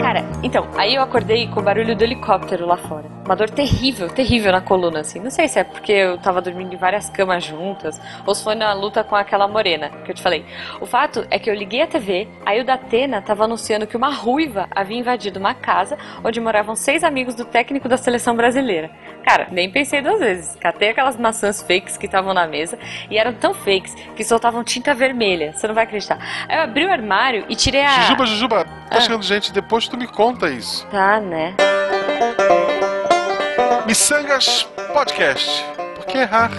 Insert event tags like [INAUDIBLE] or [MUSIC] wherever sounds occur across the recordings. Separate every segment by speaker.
Speaker 1: Cara, então, aí eu acordei com o barulho do helicóptero lá fora. Uma dor terrível, terrível na coluna, assim. Não sei se é porque eu tava dormindo em várias camas juntas, ou se foi na luta com aquela morena, que eu te falei. O fato é que eu liguei a TV, aí o Datena tava anunciando que uma ruiva havia invadido uma casa onde moravam seis amigos do técnico da seleção brasileira. Cara, nem pensei duas vezes. Catei aquelas maçãs fakes que estavam na mesa e eram tão fakes que soltavam tinta vermelha. Você não vai acreditar. Aí eu abri o armário e tirei a.
Speaker 2: Jujuba, Jujuba, tá
Speaker 1: Ah.
Speaker 2: chegando gente, depois tu me conta isso.
Speaker 1: Tá, né?
Speaker 2: Missangas Podcast. Porque errar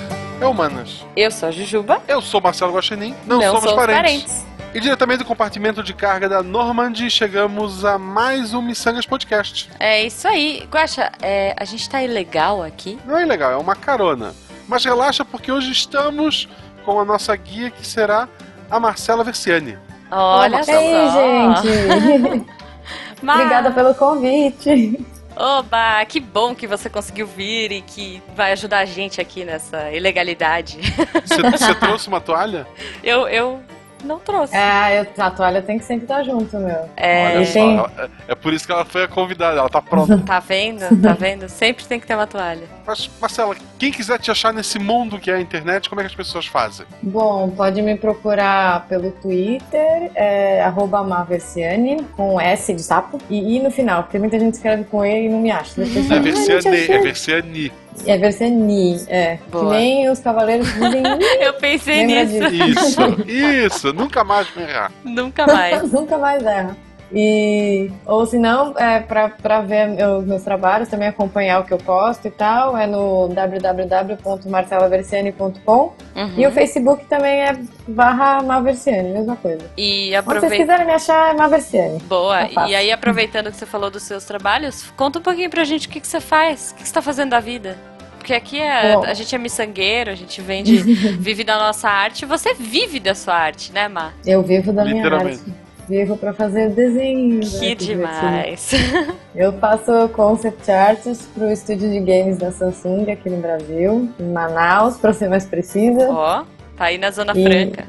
Speaker 2: é humanas.
Speaker 1: Eu sou a Jujuba.
Speaker 2: Eu sou Marcelo Guaxinim, não, somos
Speaker 1: somos
Speaker 2: parentes. E diretamente do compartimento de carga da Normand, chegamos a mais um Missangas Podcast.
Speaker 1: É isso aí. Guaxa, é, a gente tá ilegal aqui.
Speaker 2: Não é legal, é uma carona. Mas relaxa, porque hoje estamos com a nossa guia, que será a Marcela Versiani.
Speaker 1: Olha
Speaker 2: Marcelo.
Speaker 1: só.
Speaker 3: Ei,
Speaker 1: [LAUGHS]
Speaker 3: gente!
Speaker 1: Mas...
Speaker 3: Obrigada pelo convite.
Speaker 1: Oba, que bom que você conseguiu vir e que vai ajudar a gente aqui nessa ilegalidade. [LAUGHS]
Speaker 2: Você- Você trouxe uma toalha?
Speaker 1: Eu, eu não trouxe.
Speaker 3: Ah, eu, a toalha tem que sempre estar junto, meu.
Speaker 1: É,
Speaker 2: Olha só,
Speaker 3: Sim.
Speaker 2: ela- é por isso que ela foi a convidada, ela tá pronta.
Speaker 1: tá
Speaker 3: [LAUGHS]
Speaker 1: vendo? Tá vendo? Sempre tem que ter uma toalha.
Speaker 2: Mas, Marcela, quem quiser te achar nesse mundo que é a internet, como é que as pessoas fazem?
Speaker 3: Bom, pode me procurar pelo Twitter, é, arroba Maversiane, com um S de sapo, e I no final, porque muita gente escreve com E e não me acha. Depois
Speaker 2: É
Speaker 3: fala, "Ah, não
Speaker 2: Versiani,
Speaker 3: te
Speaker 2: é
Speaker 3: achei."
Speaker 2: Versiani.
Speaker 3: É Versiani, é. Que
Speaker 1: Boa.
Speaker 3: nem os cavaleiros dizem
Speaker 1: Eu pensei
Speaker 3: Lembra
Speaker 1: nisso.
Speaker 3: disso.
Speaker 2: Isso, isso, nunca mais vou errar.
Speaker 1: [LAUGHS] Nunca
Speaker 3: [LAUGHS]
Speaker 1: mais.
Speaker 3: Nunca mais erra. E, ou se não, é, pra, pra ver meus, meus trabalhos, também acompanhar o que eu posto e tal, é no www.marcelaversiani.com
Speaker 1: Uhum.
Speaker 3: e o Facebook também é barra Maversiani, mesma coisa.
Speaker 1: E
Speaker 3: Onde vocês
Speaker 1: aproveita.
Speaker 3: quiserem me achar, é Maversiani.
Speaker 1: Boa.
Speaker 3: Tá fácil.
Speaker 1: E aí, aproveitando que você falou dos seus trabalhos, conta um pouquinho pra gente o que, que você faz, o que, que você tá fazendo da vida. Porque aqui é-
Speaker 3: Bom.
Speaker 1: a gente é miçangueiro, a gente
Speaker 3: [LAUGHS]
Speaker 1: vende, vive da nossa arte. Você vive da sua arte, né, Má?
Speaker 3: Eu vivo da minha
Speaker 2: Literalmente.
Speaker 3: arte. Vivo pra fazer desenho.
Speaker 1: Que
Speaker 3: [LAUGHS]
Speaker 1: demais.
Speaker 3: Eu faço concept arts pro estúdio de games da Samsung aqui no Brasil, em Manaus, pra ser mais precisa.
Speaker 1: Ó, tá aí na Zona
Speaker 3: E-
Speaker 1: Franca.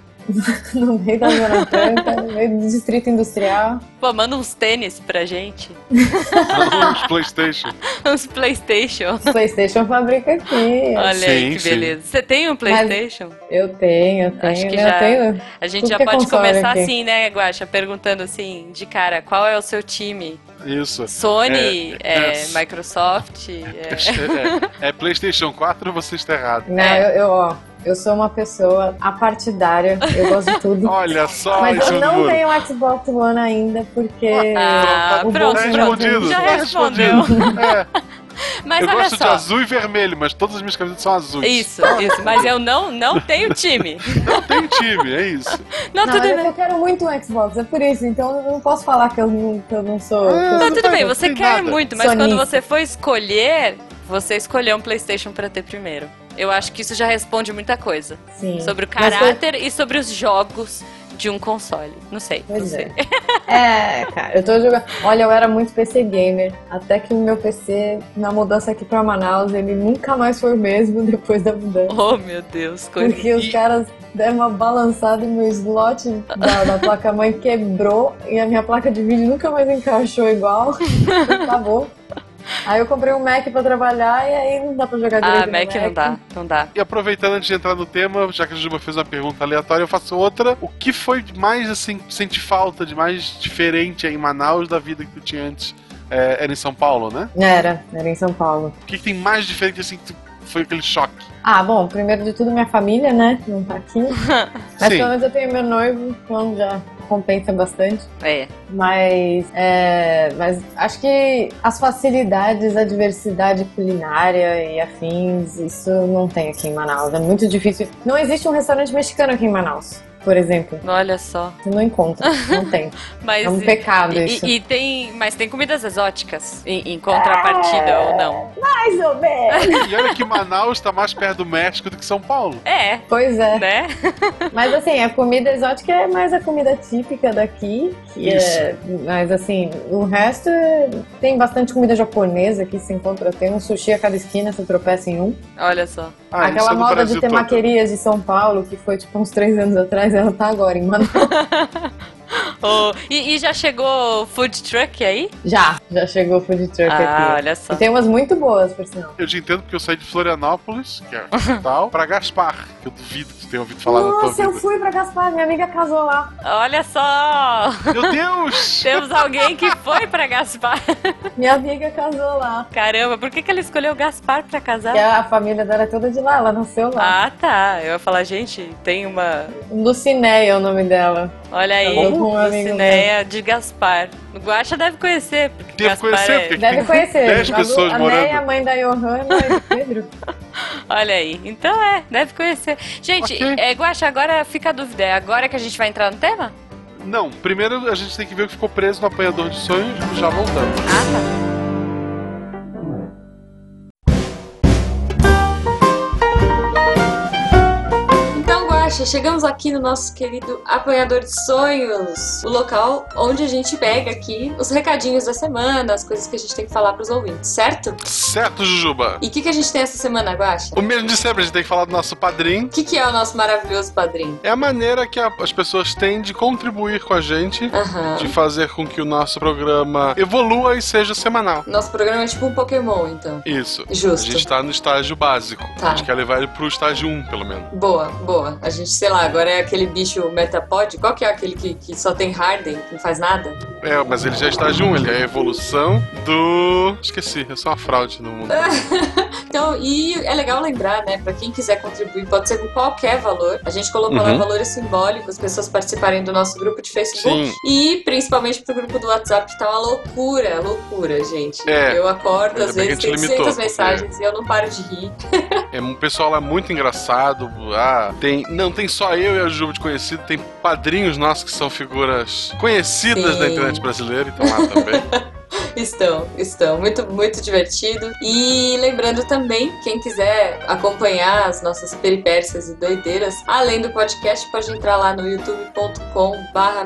Speaker 3: no meio da Zona Franca, no meio do Distrito Industrial.
Speaker 1: Pô, manda uns tênis pra gente. [LAUGHS]
Speaker 2: Os Playstation.
Speaker 1: Uns Playstation.
Speaker 3: O PlayStation fabrica aqui.
Speaker 1: Olha aí
Speaker 2: Sim,
Speaker 1: que
Speaker 2: sim.
Speaker 1: beleza. Você tem um Playstation?
Speaker 3: Eu tenho, eu tenho.
Speaker 1: Acho que
Speaker 3: né?
Speaker 1: já-
Speaker 3: Eu tenho.
Speaker 1: A gente
Speaker 3: Tudo
Speaker 1: já
Speaker 3: que é
Speaker 1: pode
Speaker 3: console
Speaker 1: começar
Speaker 3: aqui.
Speaker 1: assim, né, Guaxa? Perguntando assim, de cara, qual é o seu time?
Speaker 2: Isso.
Speaker 1: Sony,
Speaker 2: É,
Speaker 1: é,
Speaker 2: é.
Speaker 1: Microsoft? é-
Speaker 2: É, é Playstation 4 você está errado.
Speaker 3: Não,
Speaker 1: É.
Speaker 3: eu, eu, ó, eu sou uma pessoa apartidária, eu gosto de tudo.
Speaker 2: [LAUGHS] Olha só
Speaker 3: Mas
Speaker 2: isso
Speaker 3: eu não
Speaker 2: duro.
Speaker 3: tenho o Xbox One ainda, porque.
Speaker 1: Ah,
Speaker 3: o
Speaker 1: pronto,
Speaker 2: Tá
Speaker 3: bolso-
Speaker 1: pronto.
Speaker 2: respondido.
Speaker 1: Já
Speaker 2: tá
Speaker 1: respondeu.
Speaker 2: respondido. É,
Speaker 1: Mas
Speaker 2: eu
Speaker 1: olha
Speaker 2: gosto de
Speaker 1: só.
Speaker 2: azul e vermelho, mas todas as minhas camisetas são azuis.
Speaker 1: Isso, isso. Mas eu não, não tenho time.
Speaker 2: Não tem time, é isso.
Speaker 1: Não,
Speaker 3: Não,
Speaker 1: Tá tudo
Speaker 3: mas é que
Speaker 1: bem.
Speaker 3: eu quero muito um Xbox, é por isso, então eu não posso falar que eu não, que eu não sou. que eu
Speaker 2: Ah,
Speaker 3: sou
Speaker 1: Não, tá tudo bem, você
Speaker 2: Não tem
Speaker 1: quer
Speaker 2: nada.
Speaker 1: muito, mas
Speaker 3: Sonista.
Speaker 1: quando você for escolher, você escolheu um Playstation pra ter primeiro. Eu acho que isso já responde muita coisa.
Speaker 3: Sim.
Speaker 1: Sobre o
Speaker 3: Mas eu-
Speaker 1: caráter e sobre os jogos de um console. Não sei, não
Speaker 3: Pois
Speaker 1: sei. [LAUGHS]
Speaker 3: é. É, cara, eu tô jogando. Olha, eu era muito PC gamer. Até que o meu PC, na mudança aqui pra Manaus, ele nunca mais foi o mesmo [LAUGHS] depois da mudança.
Speaker 1: Oh, meu Deus, coisa.
Speaker 3: Porque os caras deram uma balançada e meu slot da, da placa mãe quebrou e a minha placa de vídeo nunca mais encaixou igual.
Speaker 1: [LAUGHS]
Speaker 3: Acabou. Aí eu comprei um Mac pra trabalhar e aí não dá pra jogar
Speaker 1: Ah,
Speaker 3: direito. no
Speaker 1: Mac não dá, não dá.
Speaker 2: E aproveitando antes de entrar no tema, já que a Juba fez uma pergunta aleatória, eu faço outra. O que foi de mais, assim, sente falta, de mais diferente aí em Manaus da vida que tu tinha antes? É, era em São Paulo, né?
Speaker 3: Era, era em São Paulo.
Speaker 2: O que, que tem mais diferente, assim, que tu- foi aquele choque?
Speaker 3: Ah, bom, primeiro de tudo minha família, né? Não tá aqui. Mas
Speaker 2: Sim.
Speaker 3: pelo [LAUGHS] menos eu tenho meu noivo, então já compensa bastante.
Speaker 1: É.
Speaker 3: Mas, é, mas acho que as facilidades, a diversidade culinária e afins, isso não tem aqui em Manaus. É muito difícil. Não existe um restaurante mexicano aqui em Manaus, por exemplo.
Speaker 1: Olha só.
Speaker 3: Você não encontra, não
Speaker 1: [LAUGHS]
Speaker 3: tem.
Speaker 1: Mas.
Speaker 3: É um
Speaker 1: e-
Speaker 3: pecado
Speaker 1: e,
Speaker 3: isso.
Speaker 1: e tem, mas tem comidas exóticas em, em contrapartida
Speaker 3: É.
Speaker 1: ou não?
Speaker 3: Mais
Speaker 1: [LAUGHS]
Speaker 3: ou menos.
Speaker 2: E olha que Manaus tá mais perto do México do que São Paulo.
Speaker 1: É,
Speaker 3: Pois é. [LAUGHS]
Speaker 1: né?
Speaker 3: Mas assim, a comida exótica é mais a comida típica daqui. Que é, mas assim, o resto é- tem bastante comida japonesa que se encontra. Tem um sushi a cada esquina, você tropeça em um.
Speaker 1: Olha só.
Speaker 2: Ah, isso
Speaker 3: Aquela
Speaker 2: é do
Speaker 3: moda
Speaker 2: Brasil
Speaker 3: de ter
Speaker 2: todo.
Speaker 3: maquerias de São Paulo, que foi tipo uns três anos atrás, ela tá agora em Manaus.
Speaker 4: Oh, e, e já chegou food truck aí?
Speaker 3: Já, já chegou o food truck
Speaker 4: Ah,
Speaker 3: aqui.
Speaker 4: olha só.
Speaker 3: E tem umas muito boas, por sinal.
Speaker 2: Eu te entendo porque eu saí de Florianópolis, que é a capital, pra Gaspar, que eu duvido que você tenha ouvido falar na tua
Speaker 3: Nossa,
Speaker 2: vida.
Speaker 3: eu fui pra Gaspar, minha amiga casou lá.
Speaker 4: Olha só!
Speaker 2: Meu Deus!
Speaker 4: Temos alguém que foi pra Gaspar.
Speaker 3: Minha amiga casou lá.
Speaker 4: Caramba, por que, que ela escolheu o Gaspar pra casar?
Speaker 3: E a família dela é toda de lá, ela nasceu lá.
Speaker 4: Ah, tá. Eu ia falar, gente, tem uma.
Speaker 2: Ah.
Speaker 3: Lucinéia é o nome dela.
Speaker 4: Olha aí,
Speaker 3: Tá bom, amigo
Speaker 4: Lucinéia de Gaspar. O Guaxa deve conhecer, porque
Speaker 2: Deve
Speaker 4: Gaspar
Speaker 2: conhecer,
Speaker 4: é...
Speaker 2: porque-
Speaker 3: Deve conhecer.
Speaker 2: Dez
Speaker 3: a
Speaker 2: pessoas
Speaker 3: a
Speaker 2: morando.
Speaker 3: Néia, a mãe da Johanna e do
Speaker 1: [LAUGHS]
Speaker 3: Pedro.
Speaker 4: Olha aí. Então é, deve conhecer. Gente,
Speaker 2: Ok.
Speaker 4: é, Guaxa, agora fica a dúvida. É agora que a gente vai entrar no tema?
Speaker 2: Não, primeiro a gente tem que ver o que ficou preso no apanhador de sonhos, já voltamos.
Speaker 4: Ah,
Speaker 1: Então, Guaxa, chegamos aqui no nosso querido Apanhador de Sonhos, o local onde a gente pega aqui os recadinhos da semana, as coisas que a gente tem que falar pros ouvintes, certo?
Speaker 2: Certo, Jujuba!
Speaker 1: E o que, que a gente tem essa semana, Guaxa?
Speaker 2: O mesmo de sempre, a gente tem que falar do nosso padrinho.
Speaker 1: O que, que é o nosso maravilhoso padrinho?
Speaker 2: É a maneira que a- as pessoas têm de contribuir com a gente,
Speaker 1: Aham.
Speaker 2: de fazer com que o nosso programa evolua e seja semanal.
Speaker 1: Nosso programa é tipo um Pokémon, então.
Speaker 2: Isso. A gente
Speaker 1: Justo.
Speaker 2: tá no estágio básico.
Speaker 1: Tá.
Speaker 2: A gente quer levar ele pro estágio 1, pelo menos.
Speaker 1: Boa, boa. A gente, sei lá, agora é aquele bicho Metapod. Qual que é aquele que, que só tem Harden, que não faz nada?
Speaker 2: É, mas ele já é estágio 1, ele é a evolução do. Esqueci, eu sou uma fraude no
Speaker 1: [LAUGHS]
Speaker 2: mundo.
Speaker 1: Então, e é legal lembrar, né, Pra quem quiser contribuir, pode ser com qualquer valor. A gente colocou lá
Speaker 2: Uhum.
Speaker 1: valores simbólicos, as pessoas participarem do nosso grupo de Facebook
Speaker 2: Sim.
Speaker 1: e principalmente pro grupo do WhatsApp, que tá uma loucura, loucura, gente.
Speaker 2: É.
Speaker 1: Eu acordo,
Speaker 2: Ainda
Speaker 1: às
Speaker 2: bem que
Speaker 1: vezes,
Speaker 2: a gente
Speaker 1: tem
Speaker 2: limitou, É.
Speaker 1: 200
Speaker 2: porque-
Speaker 1: mensagens e eu não paro de rir.
Speaker 2: É um pessoal lá muito engraçado. Ah, tem. Não tem só eu e a Juba de conhecido, tem padrinhos nossos que são figuras conhecidas
Speaker 1: Sim.
Speaker 2: da internet brasileira, então lá também.
Speaker 1: Estão, estão. Muito, muito divertido. E lembrando também, quem quiser acompanhar as nossas peripécias e doideiras, além do podcast, pode entrar lá no youtube.com barra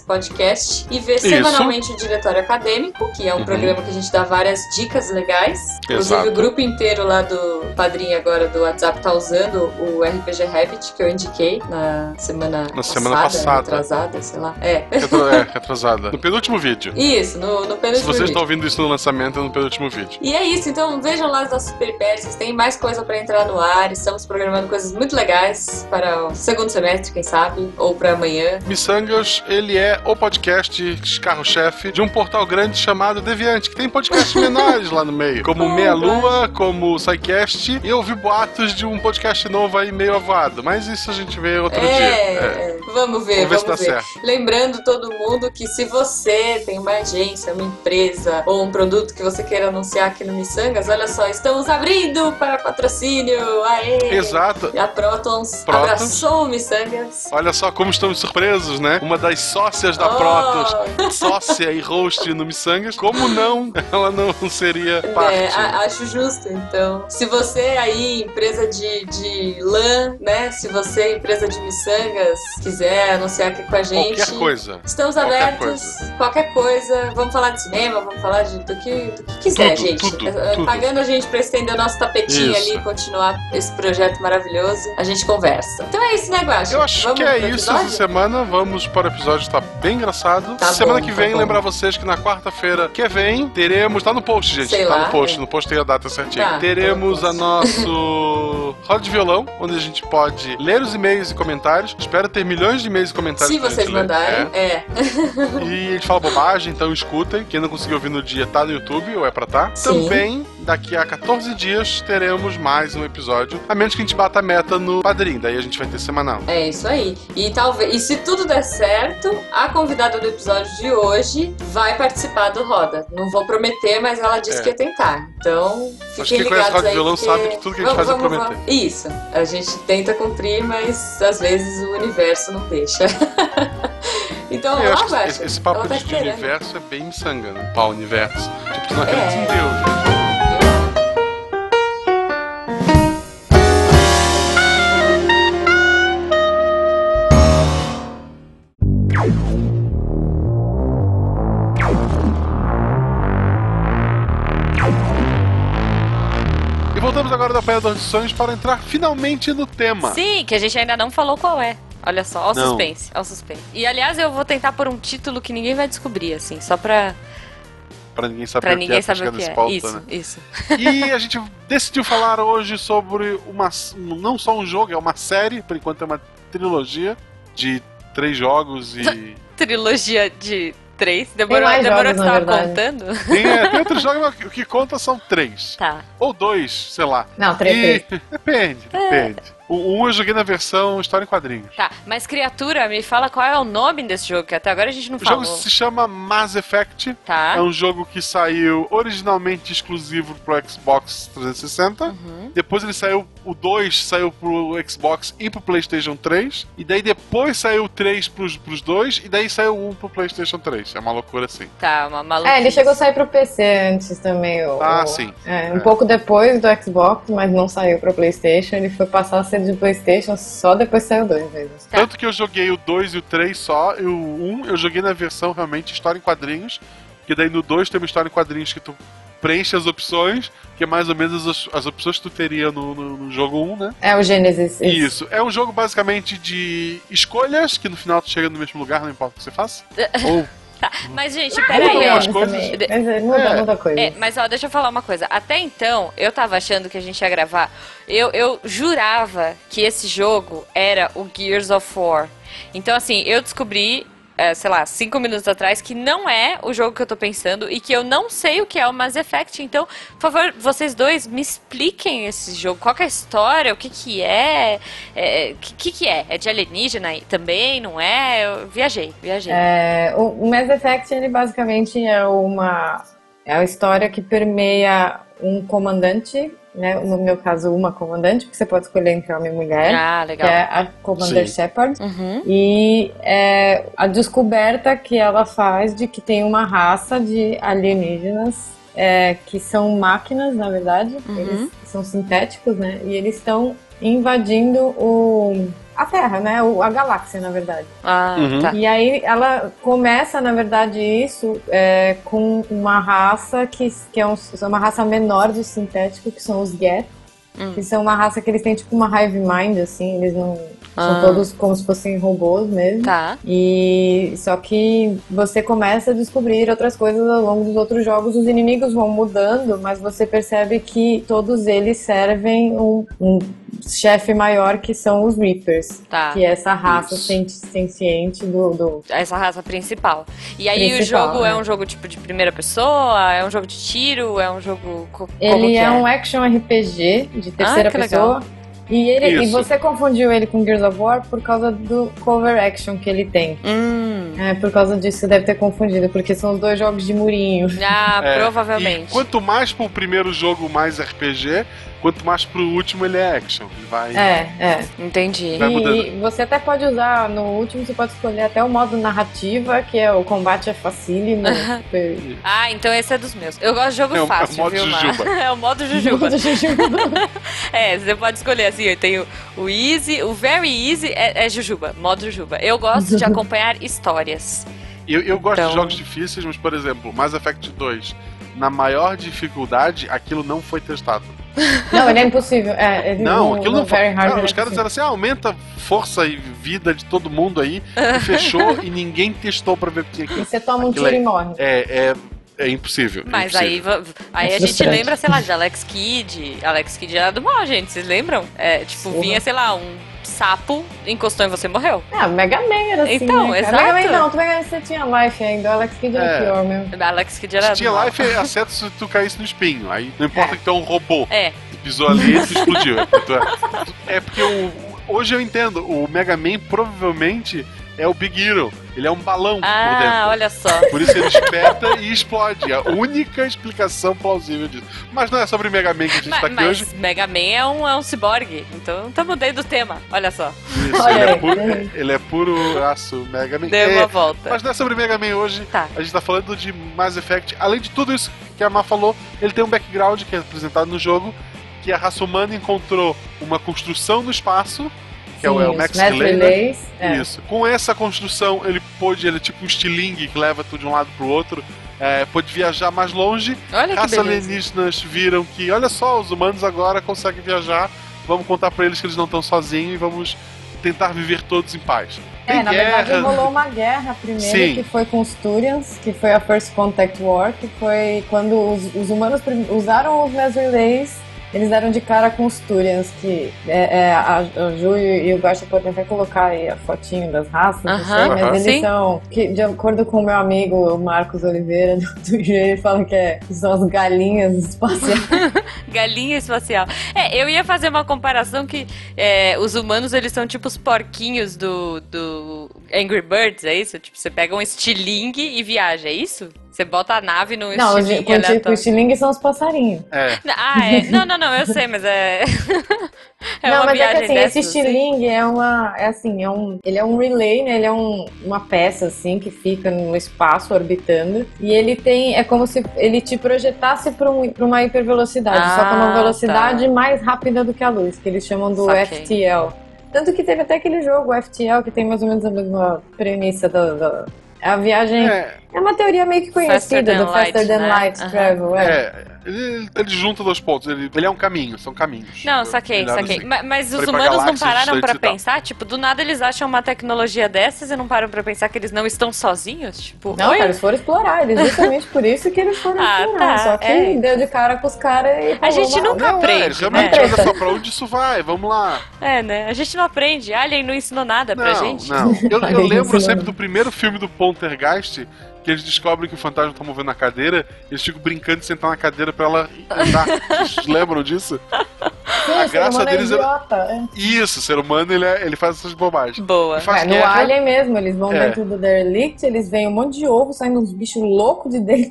Speaker 1: missangaspodcast e ver
Speaker 2: Isso.
Speaker 1: semanalmente o Diretório Acadêmico, que é um
Speaker 2: Uhum.
Speaker 1: programa que a gente dá várias dicas legais. Inclusive
Speaker 2: Exato.
Speaker 1: o grupo inteiro lá do padrinho agora do WhatsApp tá usando o RPG Rabbit que eu indiquei na semana
Speaker 2: Na semana passada.
Speaker 1: né, atrasada, sei lá. É.
Speaker 2: Retro- É, retrasada. No penúltimo vídeo.
Speaker 1: Isso, no, no
Speaker 2: Se
Speaker 1: penúltimo
Speaker 2: você
Speaker 1: vídeo.
Speaker 2: está ouvindo isso no lançamento, é no penúltimo vídeo.
Speaker 1: E é isso, então vejam lá as nossas peripécias, tem mais coisa pra entrar no ar, estamos programando coisas muito legais para o segundo semestre, né, quem sabe, ou pra amanhã.
Speaker 2: Missangas, ele é o podcast carro-chefe de um portal grande chamado Deviante, que tem podcasts menores lá no meio, como
Speaker 1: Ah,
Speaker 2: Meia Lua, como o SciCast, e eu ouvi boatos de um podcast novo aí meio avoado, mas isso a gente vê outro
Speaker 1: é,
Speaker 2: dia. É.
Speaker 1: é. vamos ver,
Speaker 2: Vamos ver se dá
Speaker 1: vamos ver.
Speaker 2: certo.
Speaker 1: Lembrando todo mundo que se você tem uma agência, uma empresa ou um produto que você queira anunciar aqui no Missangas, olha só, estamos abrindo para patrocínio! Aê!
Speaker 2: Exato.
Speaker 1: E a Protons,
Speaker 2: Protons.
Speaker 1: abraçou o Missangas.
Speaker 2: Olha só como estamos surpresos, né? Uma das sócias da
Speaker 1: Oh,
Speaker 2: Protos, sócia e host no Missangas, como não ela não seria parte?
Speaker 1: É, a- acho justo, então. Se você aí, empresa de, de lã, né? Se você, empresa de miçangas, quiser anunciar aqui com a gente.
Speaker 2: Qualquer coisa.
Speaker 1: Estamos
Speaker 2: Qualquer
Speaker 1: abertos, qualquer coisa. Vamos falar de cinema, vamos falar de, do, que, do que quiser,
Speaker 2: Tudo,
Speaker 1: gente.
Speaker 2: tudo,
Speaker 1: É, é,
Speaker 2: tudo.
Speaker 1: Pagando a gente pra estender o nosso tapetinho
Speaker 2: Isso.
Speaker 1: ali e continuar esse projeto maravilhoso, a gente conversa. Então é isso, né, Guaxa?
Speaker 2: Eu acho
Speaker 1: Vamos
Speaker 2: que é
Speaker 1: pro
Speaker 2: isso
Speaker 1: episódio?
Speaker 2: essa semana. Vamos para o episódio, tá bem engraçado.
Speaker 1: Tá
Speaker 2: semana
Speaker 1: bom,
Speaker 2: que
Speaker 1: tá
Speaker 2: vem,
Speaker 1: bom.
Speaker 2: lembrar vocês que na quarta-feira que vem teremos. Tá no post, gente.
Speaker 1: Sei
Speaker 2: tá
Speaker 1: lá,
Speaker 2: no post.
Speaker 1: é.
Speaker 2: No post tem a data certinha.
Speaker 1: Tá, tá
Speaker 2: teremos
Speaker 1: no
Speaker 2: a nosso
Speaker 1: [LAUGHS]
Speaker 2: roda de violão, onde a gente pode ler os e-mails e comentários. Espero ter milhões de e-mails e comentários.
Speaker 1: Se
Speaker 2: pra gente
Speaker 1: vocês
Speaker 2: ler.
Speaker 1: mandarem, é.
Speaker 2: né? É. E a gente fala bobagem, então escutem. Quem não conseguiu ouvir no dia, tá no YouTube ou é pra tá.
Speaker 1: Sim.
Speaker 2: Também, daqui a 14 dias, teremos mais um episódio. A menos que a gente bata a meta no padrinho. Daí a gente vai ter semanal.
Speaker 1: É isso aí. E talvez, e se tudo der certo, a convidada do episódio de hoje vai participar do Roda. Não vou prometer, mas ela disse
Speaker 2: É.
Speaker 1: que ia tentar. Então,
Speaker 2: Acho
Speaker 1: fiquem
Speaker 2: que quem
Speaker 1: ligados
Speaker 2: conhece Roda
Speaker 1: aí.
Speaker 2: de Violão sabe que tudo que a gente faz é prometer.
Speaker 1: Isso. A gente tenta cumprir, mas às vezes o universo não deixa. [LAUGHS] então,
Speaker 2: Eu
Speaker 1: lá
Speaker 2: acho que
Speaker 1: baixa.
Speaker 2: esse, esse papo
Speaker 1: Ela tá
Speaker 2: de, de
Speaker 1: esperando.
Speaker 2: universo é bem sanga, né? Pau universo. Tipo, tu não acredita
Speaker 1: É.
Speaker 2: em Deus. né? E voltamos agora do Apanhador de Sonhos para entrar finalmente no tema.
Speaker 4: tá. Sim, que a gente ainda não falou qual é.
Speaker 1: Olha só, ao
Speaker 2: Não.
Speaker 1: suspense, ao suspense. E aliás, eu vou tentar por um título que ninguém vai descobrir, assim, só pra,
Speaker 2: Tá Pra ninguém saber
Speaker 1: pra
Speaker 2: o que
Speaker 1: ninguém
Speaker 2: é, pra
Speaker 1: saber o
Speaker 2: chegar
Speaker 1: que
Speaker 2: nesse
Speaker 1: é.
Speaker 2: pauta,
Speaker 1: isso,
Speaker 2: né?
Speaker 1: isso.
Speaker 2: E a gente decidiu falar hoje sobre uma. Não só um jogo, é uma série, por enquanto é uma trilogia de três jogos e.
Speaker 3: [LAUGHS]
Speaker 1: Trilogia de três. Demorou,
Speaker 3: mais
Speaker 1: demorou
Speaker 3: jogos,
Speaker 1: que você
Speaker 3: na
Speaker 1: tava
Speaker 3: verdade.
Speaker 1: contando?
Speaker 2: Tem, é, tem outros jogos, mas o que conta são três.
Speaker 1: [LAUGHS] Tá.
Speaker 2: Ou dois, sei lá.
Speaker 3: Não, três,
Speaker 2: E-
Speaker 3: três. É.
Speaker 2: Depende, depende. O um eu joguei na versão História em Quadrinhos.
Speaker 1: Tá, mas criatura, me fala qual é o nome desse jogo, que até agora a gente não
Speaker 2: O jogo
Speaker 1: falou.
Speaker 2: se chama Mass Effect.
Speaker 1: Tá.
Speaker 2: É um jogo que saiu originalmente exclusivo pro Xbox 360.
Speaker 1: Uhum.
Speaker 2: Depois ele saiu, o 2 saiu pro Xbox e pro PlayStation 3. E daí depois saiu o 3 pros, pros dois. E daí saiu o 1 pro PlayStation 3. É uma loucura assim.
Speaker 1: Tá, uma maluca.
Speaker 3: É, ele chegou a sair pro PC antes também. O,
Speaker 2: Ah,
Speaker 3: o-
Speaker 2: sim.
Speaker 3: é, um
Speaker 2: É.
Speaker 3: pouco depois do Xbox, mas não saiu pro PlayStation. Ele foi passar a ser de PlayStation só depois que saiu dois vezes.
Speaker 1: Tá.
Speaker 2: Tanto que eu joguei o 2 e o 3 só. E o 1 eu joguei na versão realmente história em quadrinhos. Que daí no 2 tem uma história em quadrinhos que tu preenche as opções. Que é mais ou menos as, as opções que tu teria no, no, no jogo 1, né?
Speaker 3: É o Genesis.
Speaker 2: Isso. É um jogo basicamente de escolhas, que no final tu chega no mesmo lugar, não importa o que
Speaker 1: [LAUGHS]
Speaker 2: você faça. Ou
Speaker 1: Mas, gente,
Speaker 3: É
Speaker 1: peraí,
Speaker 2: Peraí,
Speaker 1: ó.
Speaker 2: as
Speaker 3: as
Speaker 2: coisas-
Speaker 3: coisas. Mas é, muda,
Speaker 2: É.
Speaker 3: muda coisa.
Speaker 1: É, mas ó, deixa eu falar uma coisa. Até então, eu tava achando que a gente ia gravar. Eu, eu jurava que esse jogo era o Gears of War. Então, assim, eu descobri, é, sei lá, cinco minutos atrás, que não é o jogo que eu tô pensando e que eu não sei o que é o Mass Effect. Então, por favor, vocês dois me expliquem esse jogo. Qual que é a história? O que que é? É, O que, que que é? É de alienígena aí também, não é? Eu viajei, viajei.
Speaker 3: É, o, o Mass Effect, ele basicamente é uma, é uma história que permeia um comandante, né? No meu caso, uma comandante, porque você pode escolher entre homem e mulher,
Speaker 1: Ah,
Speaker 3: que
Speaker 1: legal.
Speaker 3: é a Commander
Speaker 2: Sim.
Speaker 3: Shepard.
Speaker 1: Uhum.
Speaker 3: E é, a descoberta que ela faz de que tem uma raça de alienígenas é, que são máquinas, na verdade,
Speaker 1: Uhum.
Speaker 3: eles são sintéticos, né? E eles estão invadindo o, a Terra, né? O, a galáxia, na verdade.
Speaker 1: Ah,
Speaker 2: Uhum.
Speaker 1: tá.
Speaker 3: E aí ela começa, na verdade, isso é, com uma raça que, que é um- uma raça menor de sintético, que são os Geth.
Speaker 1: Hum.
Speaker 3: Que são uma raça que eles têm tipo uma hive mind, assim, eles não.
Speaker 1: Ah.
Speaker 3: São todos como se fossem robôs mesmo.
Speaker 1: Tá.
Speaker 3: E só que você começa a descobrir outras coisas ao longo dos outros jogos, os inimigos vão mudando, mas você percebe que todos eles servem um, um chefe maior que são os Reapers,
Speaker 1: Tá.
Speaker 3: que é essa raça
Speaker 2: Isso.
Speaker 3: senti- senciente do, do-
Speaker 1: essa raça principal. E aí
Speaker 3: Principal,
Speaker 1: o jogo é
Speaker 3: né?
Speaker 1: um jogo tipo de primeira pessoa, é um jogo de tiro, é um jogo co- como
Speaker 3: Ele
Speaker 1: que
Speaker 3: é, um action RPG de terceira
Speaker 1: Ah, que legal.
Speaker 3: pessoa. E, ele, e
Speaker 2: Isso.
Speaker 3: você confundiu ele com Gears of War por causa do cover action que ele tem.
Speaker 1: Hum.
Speaker 3: É, por causa disso você deve ter confundido, porque são os dois jogos de murinho.
Speaker 1: Ah,
Speaker 2: É, E
Speaker 1: provavelmente.
Speaker 2: quanto mais pro primeiro jogo, mais RPG. Quanto mais pro último, ele é action. Ele vai.
Speaker 3: É, é.
Speaker 1: Entendi.
Speaker 2: Vai mudando.
Speaker 3: E, e você até pode usar, no último você pode escolher até o modo narrativa, que é o combate é facílimo.
Speaker 1: Ah, então esse é dos meus. Eu gosto de jogo
Speaker 2: É o- é o
Speaker 1: fácil,
Speaker 2: modo
Speaker 1: viu, Mar? [LAUGHS]
Speaker 2: Jujuba.
Speaker 1: É o
Speaker 3: [LAUGHS]
Speaker 1: modo Jujuba.
Speaker 3: Jujuba.
Speaker 1: É, você pode escolher assim, eu tenho o easy, o very easy é, é Jujuba, modo Jujuba. Eu
Speaker 3: [LAUGHS]
Speaker 1: gosto de acompanhar histórias.
Speaker 2: Eu, eu gosto
Speaker 1: Então-
Speaker 2: de jogos difíceis, mas, por exemplo, Mass Effect 2, na maior dificuldade, aquilo não foi testado.
Speaker 3: Não, ele é impossível. É,
Speaker 1: Uhum.
Speaker 3: ele
Speaker 2: Não,
Speaker 3: no-
Speaker 2: aquilo
Speaker 3: no
Speaker 2: não foi.
Speaker 3: Very Hard
Speaker 2: Cara,
Speaker 3: ele
Speaker 2: os
Speaker 3: é
Speaker 2: caras
Speaker 3: impossível.
Speaker 2: disseram assim: ah, aumenta força e vida de todo mundo aí.
Speaker 1: [LAUGHS]
Speaker 2: E fechou e ninguém testou pra ver o que
Speaker 3: E você toma um
Speaker 2: Aquilo
Speaker 3: tiro
Speaker 2: é-
Speaker 3: e morre.
Speaker 2: É, é, é impossível. é
Speaker 1: Mas
Speaker 2: impossível.
Speaker 1: aí, va- aí a
Speaker 3: É
Speaker 1: gente
Speaker 3: frustrante.
Speaker 1: lembra, sei lá, de Alex Kidd. Alex Kidd era do mal, gente, vocês lembram? É, tipo,
Speaker 3: Porra.
Speaker 1: vinha, sei lá, um sapo, encostou em você e morreu.
Speaker 3: Ah, Mega Man era assim.
Speaker 1: Então,
Speaker 3: né, cara?
Speaker 1: exato.
Speaker 3: Mega Man não, tu Mega Man você tinha life ainda, o Alex Kidd era
Speaker 2: É.
Speaker 3: pior mesmo.
Speaker 1: Alex Kidd era.
Speaker 2: Se tinha
Speaker 1: do mal.
Speaker 2: life, é acerto se tu caísse no espinho. Aí não importa
Speaker 3: É.
Speaker 2: que tu é um robô.
Speaker 1: É.
Speaker 2: Tu pisou ali e tu explodiu. É porque, tu é- é porque o- hoje eu entendo. O Mega Man provavelmente é o Big Hero. Ele é um balão por dentro.
Speaker 1: Ah, olha
Speaker 2: [LAUGHS]
Speaker 1: só.
Speaker 2: Por isso ele espeta e explode. É A única explicação plausível disso. Mas não é sobre Mega Man que a gente
Speaker 1: Ma-
Speaker 2: tá
Speaker 1: Mas,
Speaker 2: aqui hoje.
Speaker 1: Mega Man é um, é um ciborgue, então tá mudei do tema. [LAUGHS] Olha só,
Speaker 2: Isso,
Speaker 3: Olha
Speaker 2: ele, é
Speaker 3: aí.
Speaker 2: puro, ele é puro aço Mega Man.
Speaker 1: deu
Speaker 2: É,
Speaker 1: uma volta.
Speaker 2: mas não é sobre Mega Man hoje.
Speaker 1: Tá.
Speaker 2: A gente tá falando de Mass Effect. Além de tudo isso que a Mar falou, ele tem um background que é apresentado no jogo, que a raça humana encontrou uma construção no espaço, que é o, é o
Speaker 3: Sim,
Speaker 2: Max
Speaker 3: os Max
Speaker 2: Delay, né?
Speaker 3: Relays, é.
Speaker 2: Isso. Com essa construção, ele pôde, ele é tipo um estilingue que leva tu de um lado pro outro, é, pôde viajar mais longe
Speaker 1: Olha que
Speaker 2: Caça
Speaker 1: beleza.
Speaker 2: alienígenas viram que, olha só, os humanos agora conseguem viajar. Vamos contar pra eles que eles não estão sozinhos e vamos tentar viver todos em paz.
Speaker 3: É,
Speaker 2: Tem
Speaker 3: na
Speaker 2: guerra.
Speaker 3: verdade rolou uma guerra primeiro
Speaker 2: Sim.
Speaker 3: que foi com os Turians, que foi a First Contact War, que foi quando os, os humanos prim- usaram os Mesrileis, eles eram de cara com os Turians, que é, é, a, a Ju e o Guaxa podem até colocar aí a fotinho das raças, não
Speaker 1: Aham,
Speaker 3: sei, mas
Speaker 2: aham.
Speaker 3: eles
Speaker 1: sim.
Speaker 3: são, que, de acordo com o meu amigo o Marcos Oliveira [LAUGHS] do Twitter, ele fala que, é, que são as galinhas espaciais.
Speaker 1: Galinha espacial. É, eu ia fazer uma comparação que é, os humanos, eles são tipo os porquinhos do, do Angry Birds, é isso? Tipo, você pega um estilingue e viaja, é isso? Você bota a nave no
Speaker 3: não, os,
Speaker 1: estilingue
Speaker 3: com tipo
Speaker 1: aleatório.
Speaker 3: os Xiling são os passarinhos.
Speaker 2: É.
Speaker 1: Ah, é. Não, não, não, eu sei, mas
Speaker 3: [LAUGHS]
Speaker 1: é... é
Speaker 3: não,
Speaker 1: uma
Speaker 3: mas é que
Speaker 1: viagem
Speaker 3: assim,
Speaker 1: dessas,
Speaker 3: esse estilingue é uma. É assim, é um. Ele é um relay, né? Ele é um, uma peça, assim, que fica no espaço orbitando. E ele tem. É como se ele te projetasse pra, um, pra uma hipervelocidade. só que é
Speaker 1: Ah,
Speaker 3: uma velocidade mais rápida do que a luz, que eles chamam do
Speaker 1: Saquei.
Speaker 3: FTL. Tanto que teve até aquele jogo, o FTL, que tem mais ou menos a mesma premissa da. da- a viagem. É.
Speaker 2: É,
Speaker 3: uma teoria meio que
Speaker 1: Faster
Speaker 3: conhecida
Speaker 1: than
Speaker 3: do Faster
Speaker 1: light,
Speaker 3: Than
Speaker 1: né?
Speaker 3: Light
Speaker 1: Aham.
Speaker 3: Travel. é.
Speaker 2: é. Ele, ele junta dois pontos. Ele, ele é um caminho, são caminhos.
Speaker 1: Não, saquei,
Speaker 2: Olhado
Speaker 1: saquei.
Speaker 2: assim.
Speaker 1: Ma- Mas, os
Speaker 2: Falei pra
Speaker 1: humanos não
Speaker 2: galáxias
Speaker 1: pararam pra
Speaker 2: distantes e tal.
Speaker 1: pensar? Tipo, do nada eles acham uma tecnologia dessas e não param pra pensar que eles não estão sozinhos? Tipo,
Speaker 3: Não,
Speaker 1: oi?
Speaker 3: cara, eles foram explorar, eles justamente por isso que eles [LAUGHS] foram
Speaker 1: Ah,
Speaker 3: explorar.
Speaker 1: tá,
Speaker 3: Só que
Speaker 1: é.
Speaker 3: deu de cara com os caras e.
Speaker 1: a
Speaker 3: falou,
Speaker 1: gente
Speaker 3: "Uau,
Speaker 1: nunca
Speaker 2: É,
Speaker 1: aprende, né?
Speaker 2: realmente, olha só, pra onde isso vai? Vamos lá.
Speaker 1: É, né? A gente não aprende. Alien não ensinou nada pra gente.
Speaker 2: Não, Eu, eu
Speaker 3: Alien
Speaker 2: lembro
Speaker 3: ensinando.
Speaker 2: sempre do primeiro filme do Poltergeist, que eles descobrem que o fantasma tá movendo a cadeira, eles ficam brincando de sentar na cadeira pra ela andar. Vocês [LAUGHS] lembram disso?
Speaker 3: Sim,
Speaker 2: A
Speaker 3: esse
Speaker 2: graça
Speaker 3: humano é
Speaker 2: deles era-
Speaker 3: idiota. É.
Speaker 2: Isso, o ser humano ele, é- ele faz essas bobagens.
Speaker 1: Boa.
Speaker 2: Ele faz
Speaker 3: É, no
Speaker 2: guerra,
Speaker 3: Alien mesmo, eles vão
Speaker 2: É.
Speaker 3: dentro do derelict, eles veem um monte de ovo saindo uns bichos loucos de dentro.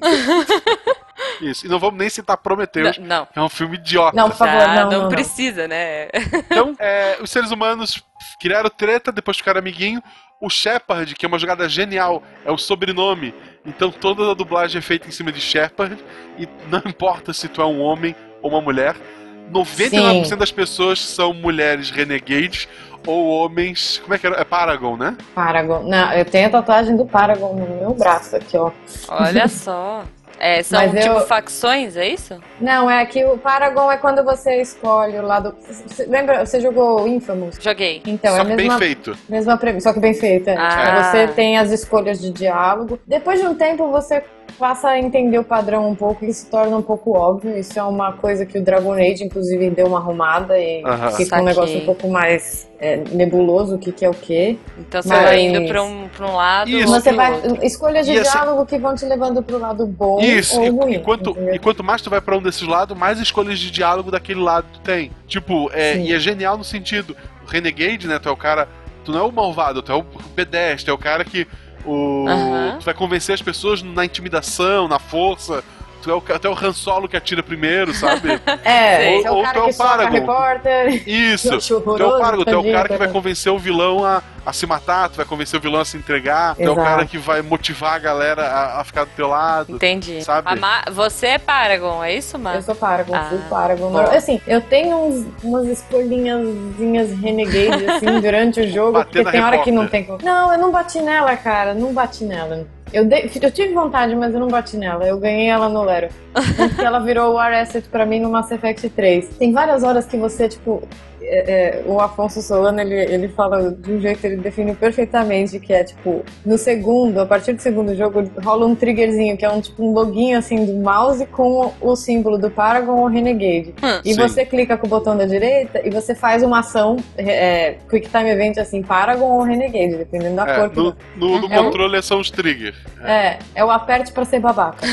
Speaker 2: isso. E não vamos nem citar Prometheus,
Speaker 1: N- Não.
Speaker 2: é um filme idiota.
Speaker 3: Não, por favor,
Speaker 1: Ah,
Speaker 3: não,
Speaker 1: não,
Speaker 3: não, não.
Speaker 1: precisa, né?
Speaker 2: Então, [LAUGHS] é, os seres humanos criaram treta, depois ficaram amiguinho. O Shepard, que é uma jogada genial, é o sobrenome. Então toda a dublagem é feita em cima de Shepard. E não [LAUGHS] importa se tu é um homem ou uma mulher. 99% das pessoas são mulheres renegades ou homens. Como é que era? É Paragon, né?
Speaker 3: [LAUGHS] Paragon. Não, eu tenho a tatuagem do Paragon no meu braço aqui, ó.
Speaker 1: [LAUGHS] Olha só. É, são
Speaker 3: Mas
Speaker 1: tipo
Speaker 3: eu-
Speaker 1: facções, é isso?
Speaker 3: Não, é que o Paragon é quando você escolhe o lado. c- c- Lembra, você jogou Infamous?
Speaker 1: Joguei.
Speaker 3: Então,
Speaker 2: Só
Speaker 3: é a
Speaker 2: que bem
Speaker 3: mesma
Speaker 2: feito.
Speaker 3: Mesma premissa, só que bem é. feita.
Speaker 1: Ah.
Speaker 3: Você tem as escolhas de diálogo. Depois de um tempo, você passa a entender o padrão um pouco e se torna um pouco óbvio. Isso é uma coisa que o Dragon Age, inclusive, deu uma arrumada e
Speaker 2: Aham.
Speaker 3: fica
Speaker 1: Saquei.
Speaker 3: um negócio um pouco mais é, nebuloso, o que, que é o quê.
Speaker 1: Então você
Speaker 3: Mas-
Speaker 1: vai indo pra um, pra um lado.
Speaker 2: Isso.
Speaker 1: outro
Speaker 3: Você
Speaker 1: pro
Speaker 3: vai.
Speaker 1: outro.
Speaker 3: Escolhas de
Speaker 2: E esse-
Speaker 3: diálogo que vão te levando pro lado bom
Speaker 2: Isso,
Speaker 3: ou
Speaker 2: e,
Speaker 3: ruim.
Speaker 2: e, quanto,
Speaker 3: entendeu?
Speaker 2: e quanto mais tu vai pra um desses lados, mais escolhas de diálogo daquele lado tu tem. Tipo, é,
Speaker 3: Sim.
Speaker 2: e é genial no sentido, o Renegade, né, tu é o cara, tu não é o malvado, tu é o pedestre, é o cara que o,
Speaker 1: Aham.
Speaker 2: tu vai convencer as pessoas na intimidação, na força, tu é o, ca- tu é o Han Solo que atira primeiro, sabe?
Speaker 3: [LAUGHS] É,
Speaker 1: Sim.
Speaker 3: você é o
Speaker 2: Ou-
Speaker 3: cara
Speaker 2: ou tu é
Speaker 3: que
Speaker 2: o
Speaker 3: soca a
Speaker 2: Paragon.
Speaker 3: repórter. [LAUGHS]
Speaker 2: Isso,
Speaker 3: Acho
Speaker 2: tu é o
Speaker 3: horroroso,
Speaker 2: cara, tu é o cara que
Speaker 3: tadinho,
Speaker 2: vai convencer o vilão a, a se matar, tu vai convencer o vilão a se entregar, tu é o
Speaker 3: Exato.
Speaker 2: cara que vai motivar a galera a, a ficar do teu lado.
Speaker 1: Entendi.
Speaker 2: Sabe?
Speaker 1: A Ma- Você é Paragon, é isso,
Speaker 3: Eu
Speaker 1: Mar?
Speaker 3: sou Paragon,
Speaker 1: Ah,
Speaker 3: fui Paragon.
Speaker 1: boa.
Speaker 3: Assim, eu tenho uns- umas escolhinhazinhas
Speaker 2: [LAUGHS]
Speaker 3: renegade, assim, durante o jogo,
Speaker 2: Bater
Speaker 3: porque
Speaker 2: na
Speaker 3: tem hora que
Speaker 2: repórter.
Speaker 3: não tem como. Não, eu não bati nela, cara, não bati nela. Eu, dei- eu tive vontade, mas eu não bati nela. Eu ganhei ela no Lero. Porque ela virou o War Asset pra mim no Mass Effect 3. Tem várias horas que você, tipo. é- é, o Afonso Solano, ele, ele fala de um jeito, ele definiu perfeitamente que é tipo, no segundo, a partir do segundo jogo, rola um triggerzinho, que é um tipo um loguinho assim do mouse com o símbolo do Paragon ou Renegade.
Speaker 1: Hum.
Speaker 3: e
Speaker 2: Sim.
Speaker 3: você clica com o botão da direita e você faz uma ação, é, Quick Time Event assim, Paragon ou Renegade, dependendo da
Speaker 2: É,
Speaker 3: cor. que
Speaker 2: no no, no
Speaker 3: É um-
Speaker 2: controle são os triggers.
Speaker 3: é, é o aperte pra ser babaca.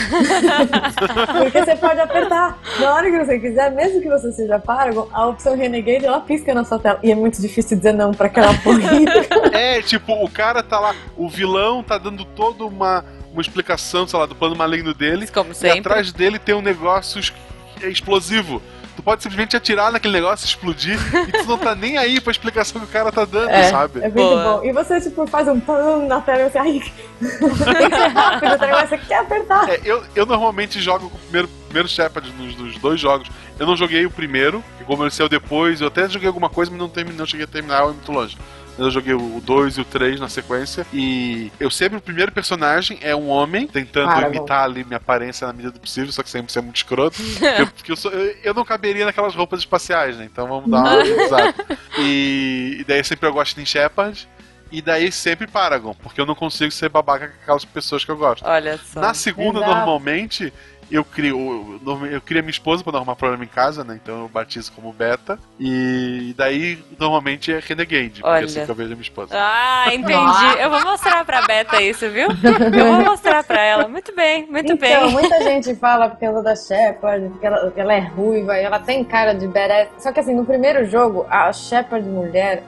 Speaker 3: Porque você pode apertar na hora que você quiser, mesmo que você seja Paragon, a opção Renegade ela pisca na sua tela. E é muito difícil dizer não pra aquela porra.
Speaker 2: É, tipo, o cara tá lá, o vilão tá dando toda uma, uma explicação, sei lá, do plano maligno dele.
Speaker 1: Como
Speaker 2: E
Speaker 1: sempre.
Speaker 2: atrás dele tem um negócio es- é explosivo. Tu pode simplesmente atirar naquele negócio, explodir, e tu não tá nem aí pra explicação que o cara tá dando,
Speaker 3: É.
Speaker 2: sabe?
Speaker 3: É muito
Speaker 1: Boa.
Speaker 3: bom. E você, tipo, faz um pam na tela e você, ai, [LAUGHS] tem que ser rápido, tá ligado? Você quer apertar.
Speaker 2: É, eu, eu normalmente jogo com o primeiro, primeiro Shepard nos, nos dois jogos. Eu não joguei o primeiro, que como ele saiu depois, eu até joguei alguma coisa, mas não, terminei, não cheguei a terminar, eu é muito longe. Eu joguei o 2 e o 3 na sequência. E eu sempre, o primeiro personagem é um homem, tentando
Speaker 3: Claro.
Speaker 2: imitar ali minha aparência na medida do possível, só que sempre ser muito escroto. eu, porque eu, sou- eu- eu não caberia naquelas roupas espaciais, né? Então vamos dar uma organizada. E, e daí sempre eu gosto de Shepard. E daí sempre Paragon, porque eu não consigo ser babaca com aquelas pessoas que eu gosto.
Speaker 1: Olha só.
Speaker 2: Na segunda,
Speaker 3: Exato.
Speaker 2: normalmente, eu crio. Eu, eu crio a minha esposa pra não arrumar problema em casa, né? Então eu batizo como beta. E daí, normalmente, é Renegade, porque
Speaker 1: Olha.
Speaker 2: é assim que eu vejo a minha esposa.
Speaker 1: Ah, entendi.
Speaker 5: Nossa.
Speaker 1: Eu vou mostrar pra Beta isso,
Speaker 3: [LAUGHS]
Speaker 1: viu? Eu vou mostrar pra ela. Muito bem, muito
Speaker 3: Então,
Speaker 1: bem.
Speaker 3: muita gente fala porque ela é da Shepard, porque ela, porque ela é ruiva, e ela tem cara de badass. Só que assim, no primeiro jogo, a Shepard mulher.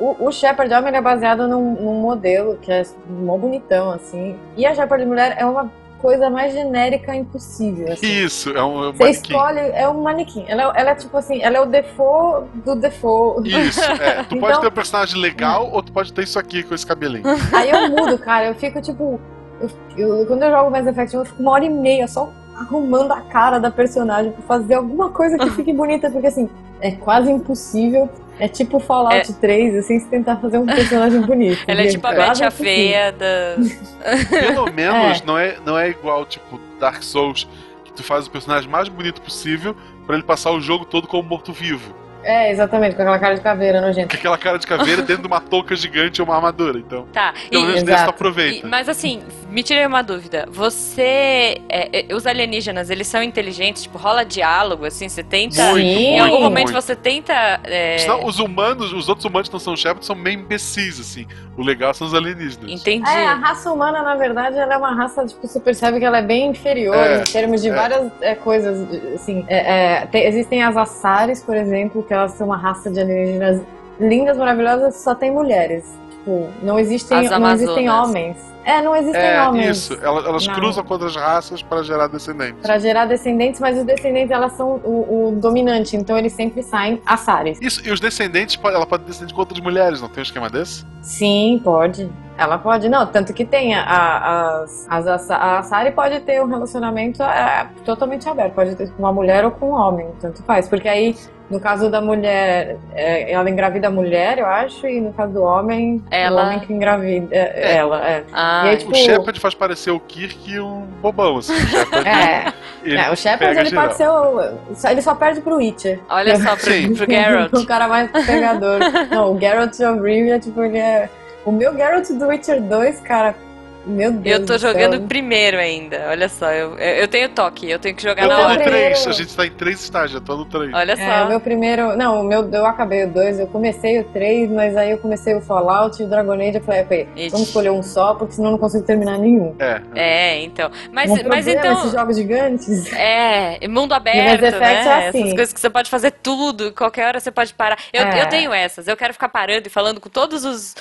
Speaker 3: O, o Shepard homem ele é baseado num, num modelo que é mó bonitão, assim. E a Shepard mulher é uma coisa mais genérica impossível, assim.
Speaker 2: Isso, é um, é um
Speaker 3: Você
Speaker 2: manequim.
Speaker 3: escolhe, é um manequim. Ela, é- ela é tipo assim, ela é o default do default.
Speaker 2: Isso, é. Tu pode
Speaker 3: Então-
Speaker 2: ter um personagem legal ou tu pode ter isso aqui com esse cabelinho.
Speaker 3: Aí eu mudo, cara. Eu fico tipo. eu- eu- quando eu jogo Mass Effect, eu fico uma hora e meia só arrumando a cara da personagem pra fazer alguma coisa que fique bonita, porque assim, é quase impossível. É tipo Fallout 3, assim, se tentar fazer um personagem bonito.
Speaker 1: Ela é
Speaker 3: entendeu?
Speaker 1: tipo a
Speaker 3: Quase
Speaker 1: Betty a
Speaker 3: impossível.
Speaker 1: feia da.
Speaker 2: Pelo menos não, é, não é igual, tipo, Dark Souls, que tu faz o personagem mais bonito possível pra ele passar o jogo todo como morto-vivo.
Speaker 3: É, exatamente, com aquela cara de caveira nojenta.
Speaker 2: Com aquela cara de caveira dentro de uma touca gigante ou uma armadura. Então,
Speaker 1: Tá.
Speaker 2: pelo menos
Speaker 1: E,
Speaker 2: desse tu
Speaker 3: Exato.
Speaker 1: e-
Speaker 2: aproveita.
Speaker 1: mas assim, me tirei uma dúvida. Você. é, é, os alienígenas, eles são inteligentes, tipo, rola diálogo, assim, você tenta.
Speaker 2: Muito,
Speaker 1: Em
Speaker 3: Sim.
Speaker 1: algum momento
Speaker 2: muito.
Speaker 1: você tenta. é,
Speaker 2: Senão, os humanos, os outros humanos que não são Shepard são meio imbecis, assim. O legal são os alienígenas.
Speaker 1: Entendi.
Speaker 3: É, a raça humana, na verdade, ela é uma raça, tipo, você percebe que ela é bem inferior
Speaker 2: É,
Speaker 3: em termos de
Speaker 2: é.
Speaker 3: várias é, coisas, assim, é, é, tem- existem as Assares, por exemplo, que elas são uma raça de alienígenas lindas, maravilhosas, só tem mulheres, tipo, não existem,
Speaker 1: As
Speaker 3: não existem
Speaker 1: Amazonas.
Speaker 3: homens. É, não existem
Speaker 2: É,
Speaker 3: homens.
Speaker 2: isso. Elas, elas
Speaker 3: Não.
Speaker 2: cruzam com outras raças para gerar descendentes.
Speaker 3: Pra gerar descendentes, mas os descendentes, elas são o, o dominante, então eles sempre saem Assares.
Speaker 2: Isso, e os descendentes, po- ela pode descender com outras mulheres, não tem um esquema desse?
Speaker 3: Sim, pode. Ela pode, não, tanto que tem a, a, as, as, assa- a Sari pode ter um relacionamento é, totalmente aberto, pode ter com uma mulher ou com um homem, tanto faz. Porque aí, no caso da mulher, é, ela engravida a mulher, eu acho, e no caso do homem,
Speaker 1: Ela.
Speaker 3: o homem que engravida é, ela. É,
Speaker 1: Ah,
Speaker 3: E aí, tipo,
Speaker 2: O Shepard faz parecer o Kirk um bobão, assim. O
Speaker 1: [LAUGHS]
Speaker 2: Shepard,
Speaker 3: [LAUGHS] é,
Speaker 2: ele
Speaker 3: é, o Shepard
Speaker 2: pega
Speaker 3: ele pode ser o, só- ele só perde pro Witcher.
Speaker 1: olha só pro,
Speaker 2: Sim.
Speaker 1: pro
Speaker 3: [LAUGHS]
Speaker 1: Geralt.
Speaker 3: o cara mais
Speaker 1: [LAUGHS]
Speaker 3: pegador. não, o Geralt of Rivia, tipo, ele é... O meu Geralt do Witcher 2, cara, meu Deus
Speaker 1: Eu tô
Speaker 3: do céu.
Speaker 1: jogando primeiro ainda. Olha só, eu, eu eu tenho toque, eu tenho que jogar
Speaker 2: Eu
Speaker 1: na
Speaker 2: tô
Speaker 3: Então,
Speaker 2: no
Speaker 1: hora.
Speaker 3: primeiro-
Speaker 2: 3, a gente tá em três estágios, eu tô no 3.
Speaker 1: Olha só.
Speaker 3: É, o meu primeiro. Não, o meu, eu acabei o 2, eu comecei o 3, mas aí eu comecei o Fallout e o Dragon Age. Eu falei, ok,
Speaker 1: Ixi.
Speaker 3: vamos escolher um só, porque senão eu não consigo terminar nenhum.
Speaker 2: É.
Speaker 1: É, então. Mas,
Speaker 3: Um
Speaker 1: mas
Speaker 3: problema
Speaker 1: então.
Speaker 3: Esses jogos gigantes.
Speaker 1: É, mundo
Speaker 3: Mass
Speaker 1: aberto,
Speaker 3: Effect
Speaker 1: né?
Speaker 3: é assim.
Speaker 1: Essas coisas que você pode fazer tudo, qualquer hora você pode parar. Eu,
Speaker 3: É.
Speaker 1: eu tenho essas, eu quero ficar parando e falando com todos os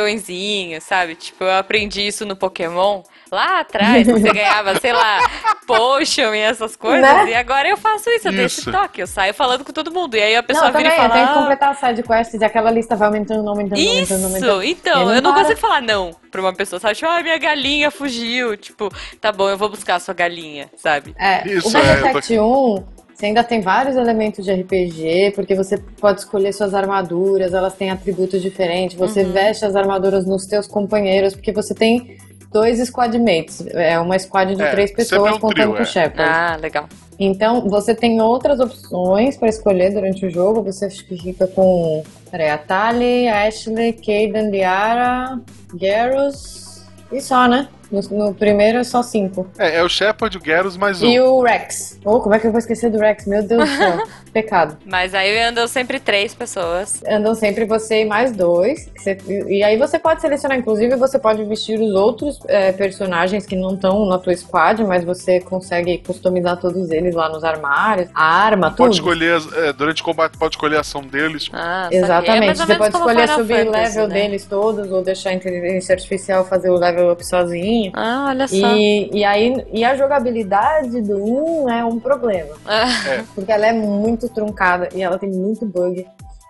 Speaker 1: aldeõezinhos, sabe? Tipo, eu aprendi isso no Pokémon lá atrás, que
Speaker 3: [LAUGHS]
Speaker 1: você ganhava, sei lá, potion e essas coisas,
Speaker 3: Né?
Speaker 1: e agora eu faço isso, eu deixo
Speaker 2: Isso.
Speaker 1: toque, eu saio falando com todo mundo, e aí a pessoa
Speaker 3: Não,
Speaker 1: vira
Speaker 3: também,
Speaker 1: e
Speaker 3: eu
Speaker 1: fala...
Speaker 3: tenho que
Speaker 1: "Ah,
Speaker 3: completar as sidequests e aquela lista vai aumentando, aumentando, aumentando, aumentando.
Speaker 1: isso, então,
Speaker 3: Ele não
Speaker 1: eu não
Speaker 3: para.
Speaker 1: consigo falar não pra uma pessoa, sabe? Tipo, ah, minha galinha fugiu. Tipo, tá bom, eu vou buscar a sua galinha, sabe?
Speaker 3: É,
Speaker 2: Isso,
Speaker 3: o Mass
Speaker 2: é, eu tô
Speaker 3: Effect 1, você ainda tem vários elementos de RPG, porque você pode escolher suas armaduras, elas têm atributos diferentes, você veste as armaduras nos seus companheiros, porque você tem dois squad mates, é uma squad de
Speaker 2: É,
Speaker 3: três
Speaker 2: sempre
Speaker 3: pessoas
Speaker 2: é um
Speaker 3: contando
Speaker 2: trio,
Speaker 3: com
Speaker 2: é.
Speaker 3: o Shepard.
Speaker 1: Ah, legal.
Speaker 3: Então, você tem outras opções para escolher durante o jogo. Você fica com peraí, a Tali, a Ashley, Caden, Liara, Garrus e só, né? No, no primeiro é só cinco.
Speaker 2: É, é o Shepard, o Garrus mais um.
Speaker 3: E o Rex. Oh, como é que eu vou esquecer do Rex? Meu Deus
Speaker 2: [LAUGHS]
Speaker 3: do céu. Pecado.
Speaker 1: Mas aí andam sempre três pessoas.
Speaker 3: Andam sempre você e mais dois. que você- e aí você pode selecionar, inclusive, você pode vestir os outros eh, personagens que não estão na tua squad, mas você consegue customizar todos eles lá nos armários. A arma, tudo.
Speaker 2: Pode escolher, as- é, durante o combate, pode escolher a ação deles.
Speaker 1: Ah, saquei. É
Speaker 3: Exatamente.
Speaker 1: mais ou
Speaker 3: você
Speaker 1: menos
Speaker 3: pode
Speaker 1: como
Speaker 3: escolher
Speaker 1: Final
Speaker 3: subir o
Speaker 1: Fantasy,
Speaker 3: level
Speaker 1: né?
Speaker 3: deles todos ou deixar a inteligência artificial fazer o level up sozinho.
Speaker 1: Ah, olha só.
Speaker 3: E, e aí e a jogabilidade do 1 é um problema.
Speaker 1: Ah,
Speaker 3: porque ela é muito truncada e ela tem muito bug.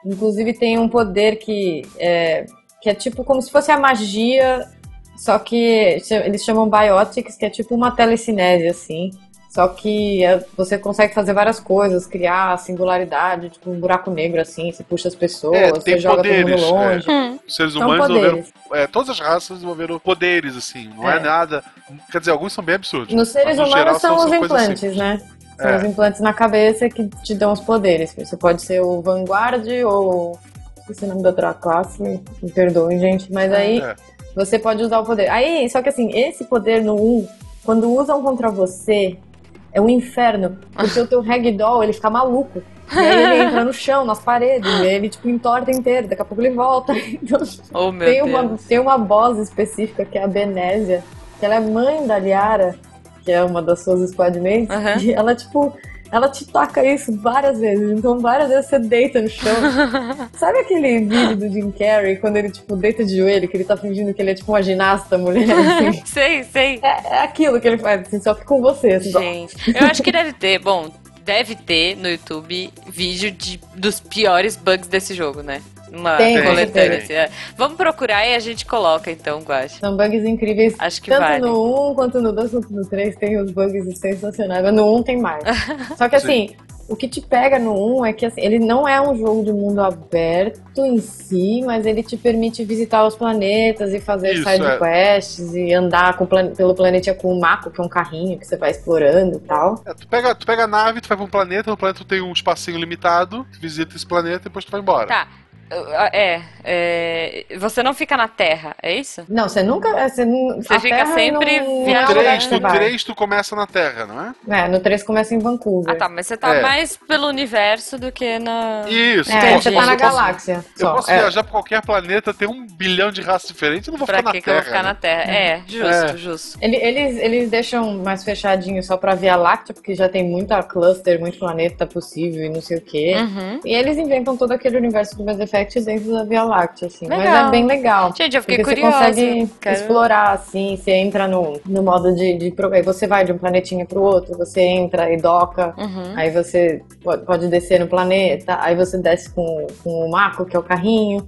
Speaker 3: Inclusive tem um poder que é, que é tipo como se fosse a magia, só que cha- eles chamam biotics, que é tipo uma telecinese, assim. Só que é, você consegue fazer várias coisas, criar a singularidade, tipo um buraco negro assim, você puxa as pessoas,
Speaker 2: É, tem
Speaker 3: você joga
Speaker 2: poderes,
Speaker 3: todo mundo longe.
Speaker 6: Hum.
Speaker 2: Os seres
Speaker 3: São
Speaker 2: humanos desenvolveram.
Speaker 3: poderes.
Speaker 2: é, todas as raças desenvolveram poderes, assim. Não é,
Speaker 3: É.
Speaker 2: nada. Quer dizer, alguns são bem absurdos.
Speaker 3: Nos
Speaker 2: Mas,
Speaker 3: seres
Speaker 2: no geral,
Speaker 3: humanos
Speaker 2: são-
Speaker 3: são, os
Speaker 2: são coisas
Speaker 3: implantes,
Speaker 2: simples.
Speaker 3: né? São
Speaker 2: É.
Speaker 3: os implantes na cabeça que te dão os poderes. Você pode ser o Vanguard ou. Esqueci o nome da outra classe, me perdoem, gente. Mas aí
Speaker 2: É.
Speaker 3: você pode usar o poder. Aí, só que assim, esse poder no 1, quando usam contra você, é um inferno. Porque o teu ragdoll, ele fica maluco. E aí ele entra no chão, nas paredes, e aí ele tipo entorta inteiro, daqui a pouco ele volta. [LAUGHS] Então,
Speaker 1: [LAUGHS] Oh, meu
Speaker 3: tem
Speaker 1: Deus.
Speaker 3: uma, tem uma boss específica que é a Benésia, que ela é mãe da Liara, que é uma das suas squadmates,
Speaker 1: Aham.
Speaker 3: e ela, tipo, ela te toca isso várias vezes. Então, várias vezes você deita
Speaker 1: [LAUGHS]
Speaker 3: no chão. Sabe aquele vídeo do Jim Carrey, quando ele, tipo, deita de joelho, que ele tá fingindo que ele é, tipo, uma ginasta mulher,
Speaker 1: [LAUGHS]
Speaker 3: assim?
Speaker 1: Sei, sei.
Speaker 3: É, é aquilo que ele faz, assim, só que com você. Assim,
Speaker 1: Gente, eu acho que deve ter, bom, deve ter no YouTube vídeo de, dos piores bugs desse jogo, né? Uma
Speaker 3: Tem,
Speaker 2: com
Speaker 1: coletânea.
Speaker 2: certeza.
Speaker 1: assim, é. Vamos procurar e a gente coloca então, Guache.
Speaker 3: São bugs incríveis.
Speaker 1: Acho que
Speaker 3: Tanto
Speaker 1: vale.
Speaker 3: no 1, quanto no 2, quanto no 3 tem os bugs sensacionais. Mas no 1
Speaker 1: [LAUGHS]
Speaker 3: tem mais. Só que assim, o que te pega no 1 é que assim, ele não é um jogo de mundo aberto em si, mas ele te permite visitar os planetas e fazer
Speaker 2: Isso,
Speaker 3: side
Speaker 2: é.
Speaker 3: quests e andar com o plane- pelo planeta com o Mako, que é um carrinho que você vai explorando e tal.
Speaker 2: É, tu, pega, tu pega a nave, tu vai pra um planeta, no planeta tu tem um espacinho limitado, tu visita esse planeta e depois tu vai embora.
Speaker 1: Tá. É, é, você não fica na Terra, é isso?
Speaker 3: Não, você nunca. é, Você, não-
Speaker 1: Você
Speaker 3: a
Speaker 1: fica
Speaker 3: Terra
Speaker 1: sempre
Speaker 3: não- não é
Speaker 1: viajando.
Speaker 3: o
Speaker 2: No
Speaker 3: lugar
Speaker 2: 3,
Speaker 3: que você
Speaker 2: no
Speaker 3: vai.
Speaker 2: 3 tu começa na Terra, não é?
Speaker 3: É, no 3 começa em Vancouver.
Speaker 1: Ah, tá, mas você tá
Speaker 2: É.
Speaker 1: mais pelo universo do que na.
Speaker 2: Isso,
Speaker 3: É,
Speaker 1: Posso-
Speaker 3: você tá na
Speaker 2: eu posso-
Speaker 3: galáxia.
Speaker 2: Eu
Speaker 3: só,
Speaker 2: posso
Speaker 3: é.
Speaker 2: viajar pra qualquer planeta, ter um bilhão de raças diferentes, eu não vou
Speaker 1: Pra
Speaker 2: ficar
Speaker 1: que
Speaker 2: na
Speaker 1: que eu
Speaker 2: Terra.
Speaker 1: vou ficar na
Speaker 2: né?
Speaker 1: Terra? É, justo, justo.
Speaker 3: Ele- Eles, eles deixam mais fechadinho só pra Via Láctea, porque já tem muita cluster, muito planeta possível e não sei o quê.
Speaker 1: Uhum.
Speaker 3: E eles inventam todo aquele universo do Mass Effect dentro da Via Láctea, assim. Mas
Speaker 1: Legal.
Speaker 3: é bem legal.
Speaker 1: Gente, eu fiquei
Speaker 3: Porque
Speaker 1: curiosa.
Speaker 3: você consegue
Speaker 1: Quero-
Speaker 3: explorar, assim, você entra no, no modo de, de. pro- aí Você vai de um planetinha pro outro, você entra e doca,
Speaker 1: Uhum.
Speaker 3: aí você po- pode descer no planeta, aí você desce com, com o Mako, que é o carrinho.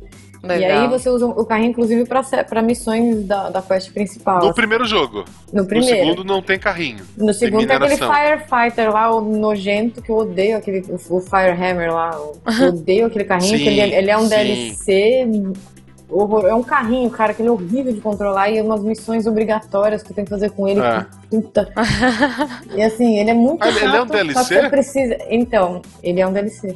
Speaker 3: E
Speaker 1: Legal.
Speaker 3: aí
Speaker 1: [LAUGHS]
Speaker 3: você usa o carrinho, inclusive, pra, se- pra missões da, da quest principal. assim,
Speaker 2: No primeiro jogo.
Speaker 3: no
Speaker 2: No
Speaker 3: primeiro.
Speaker 2: segundo não tem carrinho.
Speaker 3: No segundo é aquele
Speaker 2: mineração.
Speaker 3: Firefighter lá, o nojento, que eu odeio aquele o Firehammer lá. Eu odeio aquele carrinho,
Speaker 2: Sim,
Speaker 3: que ele, é- ele é um
Speaker 2: sim.
Speaker 3: DLC. horror- é um carrinho, cara, que ele é horrível de controlar e umas missões obrigatórias que tu tem que fazer com ele.
Speaker 2: É.
Speaker 3: que Puta. E assim, ele é muito
Speaker 2: Ah, ele-
Speaker 3: chato,
Speaker 2: ele é um
Speaker 3: só que
Speaker 2: DLC?
Speaker 3: você precisa. Então, ele é um DLC.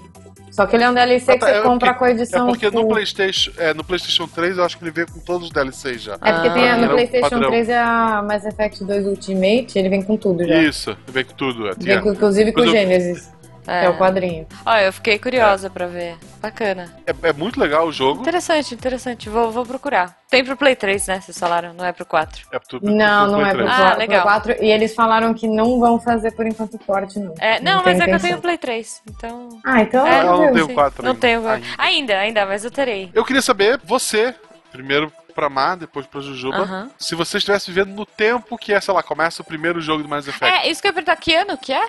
Speaker 3: Só que ele é um DLC
Speaker 2: Ah,
Speaker 3: que
Speaker 2: tá,
Speaker 3: você
Speaker 2: é
Speaker 3: compra com a
Speaker 2: É
Speaker 3: edição.
Speaker 2: porque no
Speaker 3: full.
Speaker 2: PlayStation, é, no PlayStation 3 eu acho que ele veio com todos os DLCs já.
Speaker 3: É porque tem a,
Speaker 1: Ah,
Speaker 3: no
Speaker 2: era o
Speaker 3: PlayStation
Speaker 2: padrão.
Speaker 3: 3 é a Mass Effect 2 Ultimate, ele vem com tudo já.
Speaker 2: Isso, vem com tudo. É,
Speaker 3: Vem com- inclusive com o
Speaker 2: Mas eu-
Speaker 3: Gênesis, que é o quadrinho.
Speaker 1: Ó, eu fiquei curiosa pra ver. Bacana.
Speaker 2: é- é muito legal o jogo.
Speaker 1: Interessante, interessante. Vou, vou procurar. Tem pro Play 3, né? Vocês falaram, não é pro 4.
Speaker 2: É pro- pro-
Speaker 3: Não,
Speaker 2: pro
Speaker 3: não é pro
Speaker 2: Play 3.
Speaker 1: Ah,
Speaker 3: 4.
Speaker 1: legal.
Speaker 3: E eles falaram que não vão fazer por enquanto corte, não.
Speaker 1: É, não,
Speaker 3: tem
Speaker 1: mas é que eu
Speaker 3: intenção.
Speaker 1: tenho o Play 3, então.
Speaker 3: Ah, então.
Speaker 1: É,
Speaker 2: ela não
Speaker 3: meu
Speaker 2: tem
Speaker 3: Deus.
Speaker 2: o 4
Speaker 1: Não
Speaker 2: ainda.
Speaker 1: tenho. agora.
Speaker 2: Ainda.
Speaker 1: Ainda, ainda, mas eu terei.
Speaker 2: Eu queria saber, você, primeiro pra Má, depois pra Jujuba,
Speaker 1: Aham.
Speaker 2: se você estivesse vivendo no tempo que é, sei lá, começa o primeiro jogo do Mass Effect.
Speaker 1: É, isso que eu ia perguntar, que ano que é?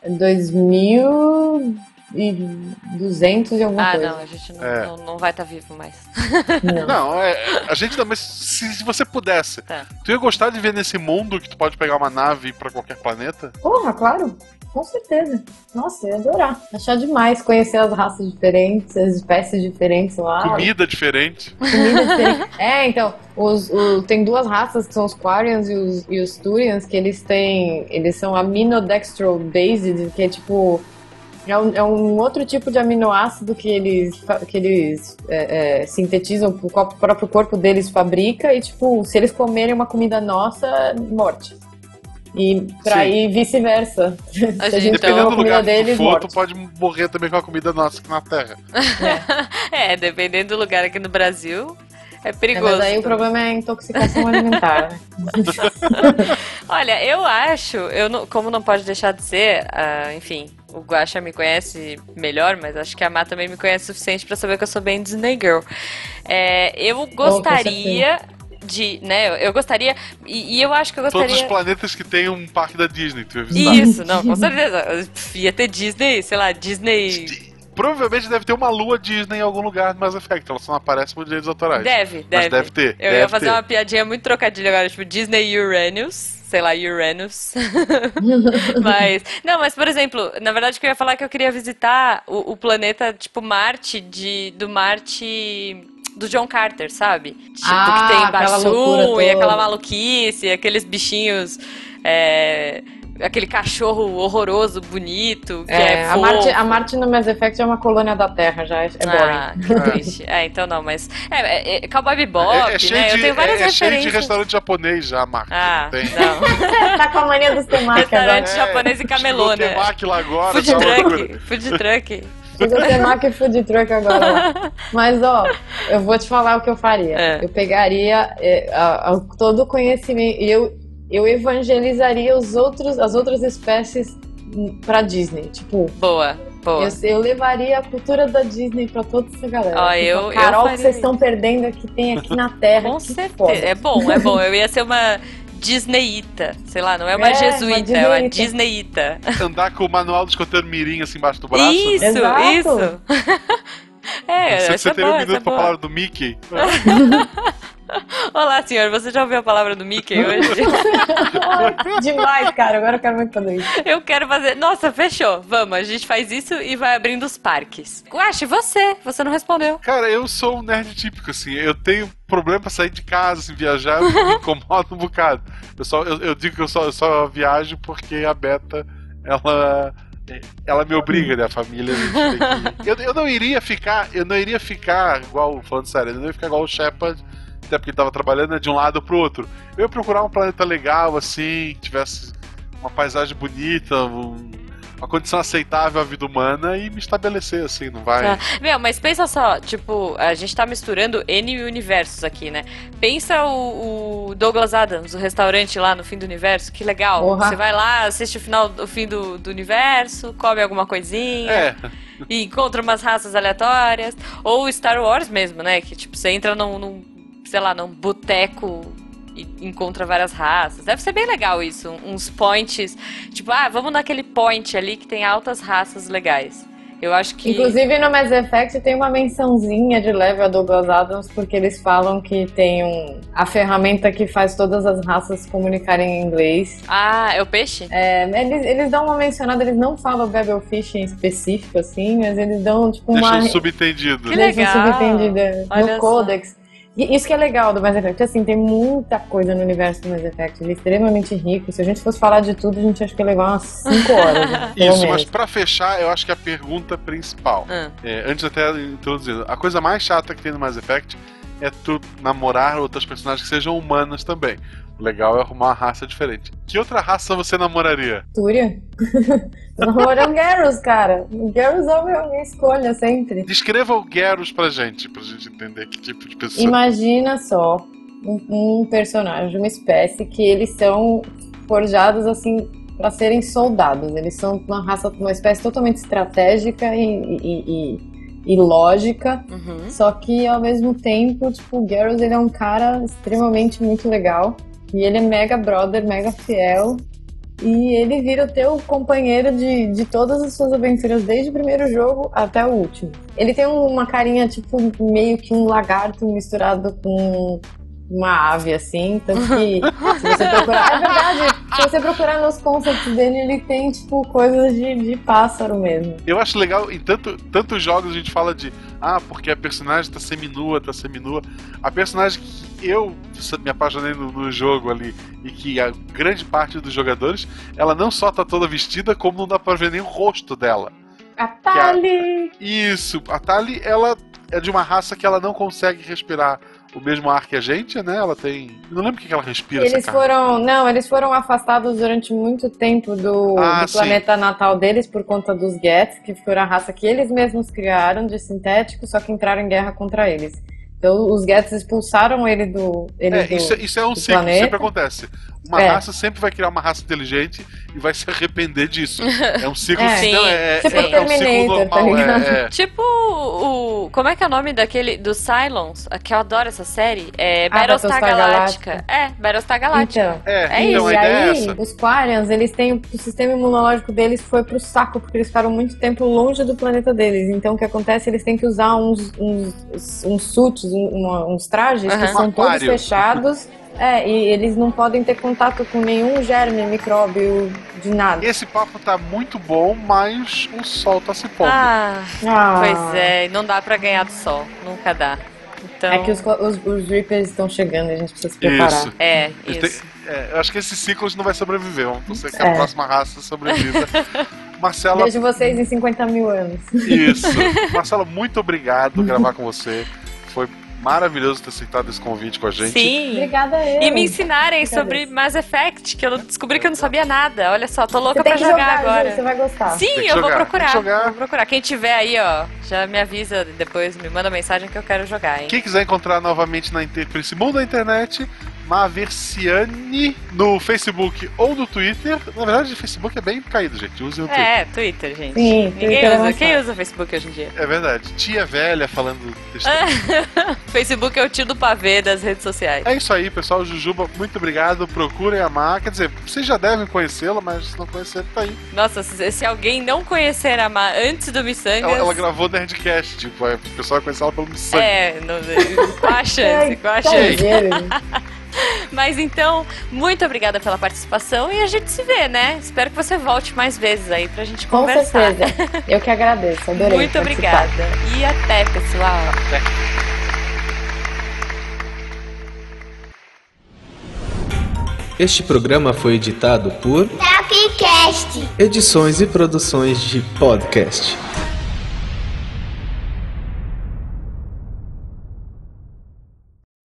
Speaker 3: 2200 e alguma
Speaker 1: Ah,
Speaker 3: coisa.
Speaker 1: não, a gente não,
Speaker 2: É.
Speaker 1: não, não vai estar vivo mais. [LAUGHS]
Speaker 3: Não.
Speaker 2: Não, é, a gente também. Se, se você pudesse,
Speaker 1: Tá.
Speaker 2: tu ia gostar de viver nesse mundo que tu pode pegar uma nave e ir pra qualquer planeta?
Speaker 3: Porra, claro. Com certeza. Nossa, eu ia adorar. Achar demais conhecer as raças diferentes, as espécies diferentes
Speaker 1: Ah.
Speaker 3: lá.
Speaker 2: Comida diferente.
Speaker 3: comida diferente. É, então, os, o- tem duas raças, que são os Quarians e os, e os Turians, que eles têm. Eles são aminodextrobased, que é tipo. É um, é um outro tipo de aminoácido que eles, fa- que eles é, é, sintetizam, que o co- próprio corpo deles fabrica, e tipo, se eles comerem uma comida nossa, morte. E pra
Speaker 2: Sim.
Speaker 3: ir vice-versa. se a
Speaker 1: gente-
Speaker 3: gente comer
Speaker 2: Dependendo
Speaker 3: uma
Speaker 2: do
Speaker 3: comida
Speaker 2: lugar que
Speaker 3: deles,
Speaker 2: tu for,
Speaker 3: morte.
Speaker 2: tu pode morrer também com a comida nossa aqui na Terra.
Speaker 1: É, dependendo do lugar aqui no Brasil, é
Speaker 3: É,
Speaker 1: perigoso.
Speaker 3: mas aí o problema é a intoxicação alimentar, né?
Speaker 1: Olha, eu acho, eu não- como não pode deixar de ser, ah, enfim, o Guaxa me conhece melhor, mas acho que a Má também me conhece o suficiente pra saber que eu sou bem Disney Girl. É, eu gostaria de, né, eu, eu gostaria, e, e eu acho que eu
Speaker 2: Todos os
Speaker 1: gostaria...
Speaker 2: planetas que tem um parque da Disney, tu ia visitar.
Speaker 1: Isso, não, com certeza. Eu, pff, Ia ter Disney, sei lá, Disney...
Speaker 2: Provavelmente deve ter uma lua Disney em algum lugar no Mass Effect, ela só não aparece por direitos autorais.
Speaker 1: Deve, deve.
Speaker 2: Mas deve ter,
Speaker 1: Eu
Speaker 2: deve
Speaker 1: ia fazer
Speaker 2: ter.
Speaker 1: uma piadinha muito trocadilha agora, tipo Disney Uranus. sei lá, Uranus. [LAUGHS] mas, não, mas por exemplo, na verdade o que eu ia falar é que eu queria visitar o, o planeta tipo Marte de do Marte do John Carter, sabe? Tipo,
Speaker 3: Ah,
Speaker 1: que tem
Speaker 3: aquela loucura
Speaker 1: Basu e
Speaker 3: toda.
Speaker 1: aquela maluquice, aqueles bichinhos é, aquele cachorro horroroso, bonito, que é,
Speaker 3: É, a,
Speaker 1: fofo.
Speaker 3: Marte, a Marte no Mass Effect é uma colônia da Terra, já é, é boring.
Speaker 1: ah, que triste. É, então não, mas. É, é, é Cowboy Bebop,
Speaker 2: é, é
Speaker 1: né?
Speaker 2: cheio,
Speaker 1: eu
Speaker 2: de,
Speaker 1: tenho várias
Speaker 2: é- é cheio
Speaker 1: referências.
Speaker 2: de restaurante japonês já, Marcos.
Speaker 1: Ah,
Speaker 2: tem. [LAUGHS]
Speaker 1: não.
Speaker 3: tá com a mania dos temaki agora.
Speaker 2: é,
Speaker 1: Restaurante japonês e camelô,
Speaker 2: chegou
Speaker 1: né?
Speaker 2: temaki lá é agora,
Speaker 1: Food
Speaker 2: tá uma loucura.
Speaker 1: truck, food truck.
Speaker 3: Chegou temaki e food truck agora. lá. Mas, ó, eu vou te falar o que eu faria.
Speaker 1: É.
Speaker 3: Eu pegaria é, a- a- todo o conhecimento e eu, eu evangelizaria os outros, as outras espécies hum, pra Disney. Tipo,
Speaker 1: Boa, boa.
Speaker 3: Eu, eu levaria a cultura da Disney pra toda essa galera.
Speaker 1: Ó,
Speaker 3: Tipo,
Speaker 1: eu- eu
Speaker 3: Carol,
Speaker 1: faria
Speaker 3: que vocês
Speaker 1: isso.
Speaker 3: estão perdendo aqui, tem aqui na Terra.
Speaker 1: Com
Speaker 3: que
Speaker 1: certeza. [LAUGHS]
Speaker 3: foda.
Speaker 1: É bom, é bom. Eu ia ser uma Disneyita. Sei lá, não é uma
Speaker 3: É, uma
Speaker 1: jesuíta, é uma Disneyita.
Speaker 2: Andar com o manual do escoteiro mirim assim embaixo do braço.
Speaker 1: Isso,
Speaker 3: Exato.
Speaker 1: isso. [LAUGHS] É,
Speaker 2: Você,
Speaker 1: essa
Speaker 2: você
Speaker 1: é
Speaker 2: teria
Speaker 1: boa,
Speaker 2: um
Speaker 1: essa é
Speaker 2: minuto pra
Speaker 1: boa.
Speaker 2: falar do Mickey?
Speaker 1: Olá, senhor, você já ouviu a palavra do
Speaker 2: [LAUGHS]
Speaker 1: Mickey hoje?
Speaker 3: Ai, Demais, cara. Agora eu quero muito fazer isso.
Speaker 1: Eu quero fazer. Nossa, fechou. Vamos, a gente faz isso e vai abrindo os parques. Guache, você. Você não respondeu.
Speaker 2: Cara, eu sou um nerd típico, assim. Eu tenho problema pra sair de casa, assim, viajar, eu me incomodo um bocado. Eu, só, eu, eu digo que eu só, eu só viajo porque a Beta, ela. Ela me obriga, né? A família. a gente tem que- Eu, eu não iria ficar. Eu não iria ficar igual. Falando sério, eu não ia ficar igual o Shepard. Até porque ele tava trabalhando né, de um lado pro outro. Eu ia procurar um planeta legal, assim, que tivesse uma paisagem bonita, um- uma condição aceitável à vida humana e me estabelecer, assim, não vai.
Speaker 1: Tá. Meu, mas pensa só, tipo, a gente tá misturando N universos aqui, né? Pensa o, o Douglas Adams, o restaurante lá no fim do universo, que legal.
Speaker 3: Porra.
Speaker 1: Você vai lá, assiste o final, o fim do, do universo, come alguma coisinha
Speaker 2: É,
Speaker 1: e encontra umas raças aleatórias. Ou Star Wars mesmo, né? Que tipo, você entra num, num, sei lá, num boteco e encontra várias raças. Deve ser bem legal isso, um- uns points. Tipo, ah, vamos naquele point ali que tem altas raças legais. Eu acho que.
Speaker 3: Inclusive, no Mass Effect tem uma mençãozinha de leve a Douglas Adams, porque eles falam que tem um, a ferramenta que faz todas as raças se comunicarem em inglês.
Speaker 1: Ah, é o peixe?
Speaker 3: É, eles, eles dão uma mencionada, eles não falam Babelfish em específico, assim, mas eles dão, tipo,
Speaker 2: deixa
Speaker 3: uma,
Speaker 2: eu subentendido.
Speaker 1: Que
Speaker 3: Mesmo
Speaker 1: legal.
Speaker 3: subentendida
Speaker 1: Olha
Speaker 3: no
Speaker 1: só.
Speaker 3: Codex. E isso que é legal do Mass Effect, assim, tem muita coisa no universo do Mass Effect, ele é extremamente rico. Se a gente fosse falar de tudo, a gente acho que ia levar umas 5 horas, né, pelo
Speaker 2: [LAUGHS] Isso, mas
Speaker 3: menos.
Speaker 2: pra fechar, eu acho que é a pergunta principal,
Speaker 1: Ah.
Speaker 2: é, antes até introduzindo, a coisa mais chata que tem no Mass Effect é tu namorar outras personagens que sejam humanas também. O legal é arrumar uma raça diferente. Que outra raça você namoraria?
Speaker 3: Túria? [LAUGHS] Namoram Garrus, cara. Garrus é a minha- minha escolha sempre.
Speaker 2: Descreva o Gerus pra gente, pra gente entender que tipo de pessoa.
Speaker 3: Imagina só um, um personagem, uma espécie que eles são forjados assim para serem soldados. Eles são uma raça, uma espécie totalmente estratégica e, e- e- e lógica.
Speaker 1: Uhum.
Speaker 3: Só que ao mesmo tempo, tipo, o Garrus ele é um cara extremamente muito legal. E ele é mega brother, mega fiel. E ele vira o teu companheiro de, de todas as suas aventuras, desde o primeiro jogo até o último. Ele tem uma carinha, tipo, meio que um lagarto misturado com uma ave, assim. Tanto que, se você procurar. É verdade, se você procurar nos concepts dele, ele tem, tipo, coisas de, de pássaro mesmo.
Speaker 2: Eu acho legal, em tanto, tantos jogos a gente fala de ah, porque a personagem tá seminua, tá seminua. A personagem que eu se- me apaixonei no, no jogo ali e que a grande parte dos jogadores, ela não só tá toda vestida, como não dá pra ver nem o rosto dela.
Speaker 3: A Tali!
Speaker 2: Isso, a Tali, ela é de uma raça que ela não consegue respirar o mesmo ar que a gente, né? Ela tem. eu Não lembro o que que ela respira
Speaker 3: Eles
Speaker 2: essa cara.
Speaker 3: foram, não, eles foram afastados durante muito tempo do,
Speaker 2: Ah,
Speaker 3: do
Speaker 2: sim.
Speaker 3: planeta natal deles por conta dos Gets, que foram a raça que eles mesmos criaram de sintético, só que entraram em guerra contra eles. Então os Gets expulsaram ele do, eles
Speaker 2: É,
Speaker 3: do-
Speaker 2: isso, é- isso é um
Speaker 3: do
Speaker 2: ciclo,
Speaker 3: planeta.
Speaker 2: sempre acontece. Uma
Speaker 3: É.
Speaker 2: raça sempre vai criar uma raça inteligente e vai se arrepender
Speaker 3: [LAUGHS]
Speaker 2: disso. É um ciclo,
Speaker 3: É.
Speaker 2: não, é, é-
Speaker 1: Tipo
Speaker 2: é- é um ciclo
Speaker 3: Terminator, tá
Speaker 2: normal. é-
Speaker 3: ligado?
Speaker 2: é.
Speaker 1: Tipo o. o- Como é que é o nome daquele. Do Cylons, que eu adoro essa série? É
Speaker 3: Ah,
Speaker 1: Battlestar
Speaker 3: Battlestar
Speaker 1: Galáctica. É, Battlestar Galáctica.
Speaker 3: Então,
Speaker 2: É,
Speaker 1: É
Speaker 2: então
Speaker 1: isso,
Speaker 2: a
Speaker 3: e
Speaker 2: ideia é
Speaker 3: aí,
Speaker 2: essa.
Speaker 3: os Quarians, eles têm o sistema imunológico deles foi pro saco, porque eles ficaram muito tempo longe do planeta deles. Então, o que acontece? Eles têm que usar uns, uns, uns suits, um- uma- uns trajes
Speaker 1: Aham.
Speaker 3: que são
Speaker 2: Um
Speaker 3: todos
Speaker 2: aquário.
Speaker 3: fechados. É, e eles não podem ter contato com nenhum germe, micróbio, de nada.
Speaker 2: Esse papo tá muito bom, mas o sol tá se pondo.
Speaker 1: Ah,
Speaker 3: Então. Ah,
Speaker 1: pois é, e não dá pra ganhar do sol, nunca dá. Então,
Speaker 3: É que os, co- os, os Reapers estão chegando e a gente precisa se preparar.
Speaker 2: Isso.
Speaker 1: é,
Speaker 2: Eles
Speaker 1: isso.
Speaker 2: têm- É, eu acho que esse ciclo não vai sobreviver. Vamos ser que a
Speaker 3: É.
Speaker 2: próxima raça
Speaker 3: [LAUGHS]
Speaker 2: sobreviva. Marcela,
Speaker 3: Vejo vocês em 50 mil anos. [LAUGHS]
Speaker 2: isso. Marcela, muito obrigado por gravar com você. Foi maravilhoso ter aceitado esse convite com a gente.
Speaker 1: Sim.
Speaker 3: Obrigada a eu.
Speaker 1: E me ensinarem
Speaker 3: Obrigada.
Speaker 1: sobre Mass Effect, que eu descobri que eu não sabia nada. Olha só, tô louca
Speaker 3: Você
Speaker 1: pra
Speaker 3: tem que
Speaker 1: jogar,
Speaker 3: jogar,
Speaker 1: agora.
Speaker 3: Ju, você vai gostar.
Speaker 1: Sim,
Speaker 2: Tem que
Speaker 1: eu vou
Speaker 2: jogar,
Speaker 1: procurar.
Speaker 2: tem que jogar.
Speaker 1: Vou procurar. Quem tiver aí, ó, já me avisa depois, me manda mensagem que eu quero jogar, hein?
Speaker 2: Quem quiser encontrar novamente na inter... por esse mundo da internet, Maverciane no Facebook ou no Twitter. Na verdade, o Facebook é bem caído, gente. Usem o Twitter.
Speaker 1: É, Twitter, gente.
Speaker 3: Sim, Twitter
Speaker 1: Ninguém
Speaker 3: é
Speaker 1: usa.
Speaker 3: mais
Speaker 1: Quem
Speaker 3: fácil.
Speaker 1: usa Facebook hoje em dia? [LAUGHS]
Speaker 2: É verdade. Tia velha falando besteira.
Speaker 1: Facebook é o tio do pavê das redes sociais.
Speaker 2: [LAUGHS] É isso aí, pessoal. Jujuba, muito obrigado. Procurem a Má. Quer dizer, vocês já devem conhecê-la, mas se não conhecerem, tá aí.
Speaker 1: Nossa, se, se alguém não conhecer a Ma antes do Missangas...
Speaker 2: Ela, ela gravou Nerdcast, tipo, é, o pessoal conhece ela pelo Missão.
Speaker 1: É, não, qual a chance, qual a
Speaker 3: Tá
Speaker 1: chance.
Speaker 3: ligeiro, gente.
Speaker 1: Mas então, muito obrigada pela participação e a gente se vê, né? Espero que você volte mais vezes aí pra gente
Speaker 3: Com
Speaker 1: conversar. [LAUGHS]
Speaker 3: certeza. Eu que agradeço, adorei.
Speaker 1: Muito
Speaker 3: participar.
Speaker 1: obrigada. E até, pessoal.
Speaker 6: Este programa foi editado por
Speaker 7: Tapcast.
Speaker 6: Edições e Produções de Podcast.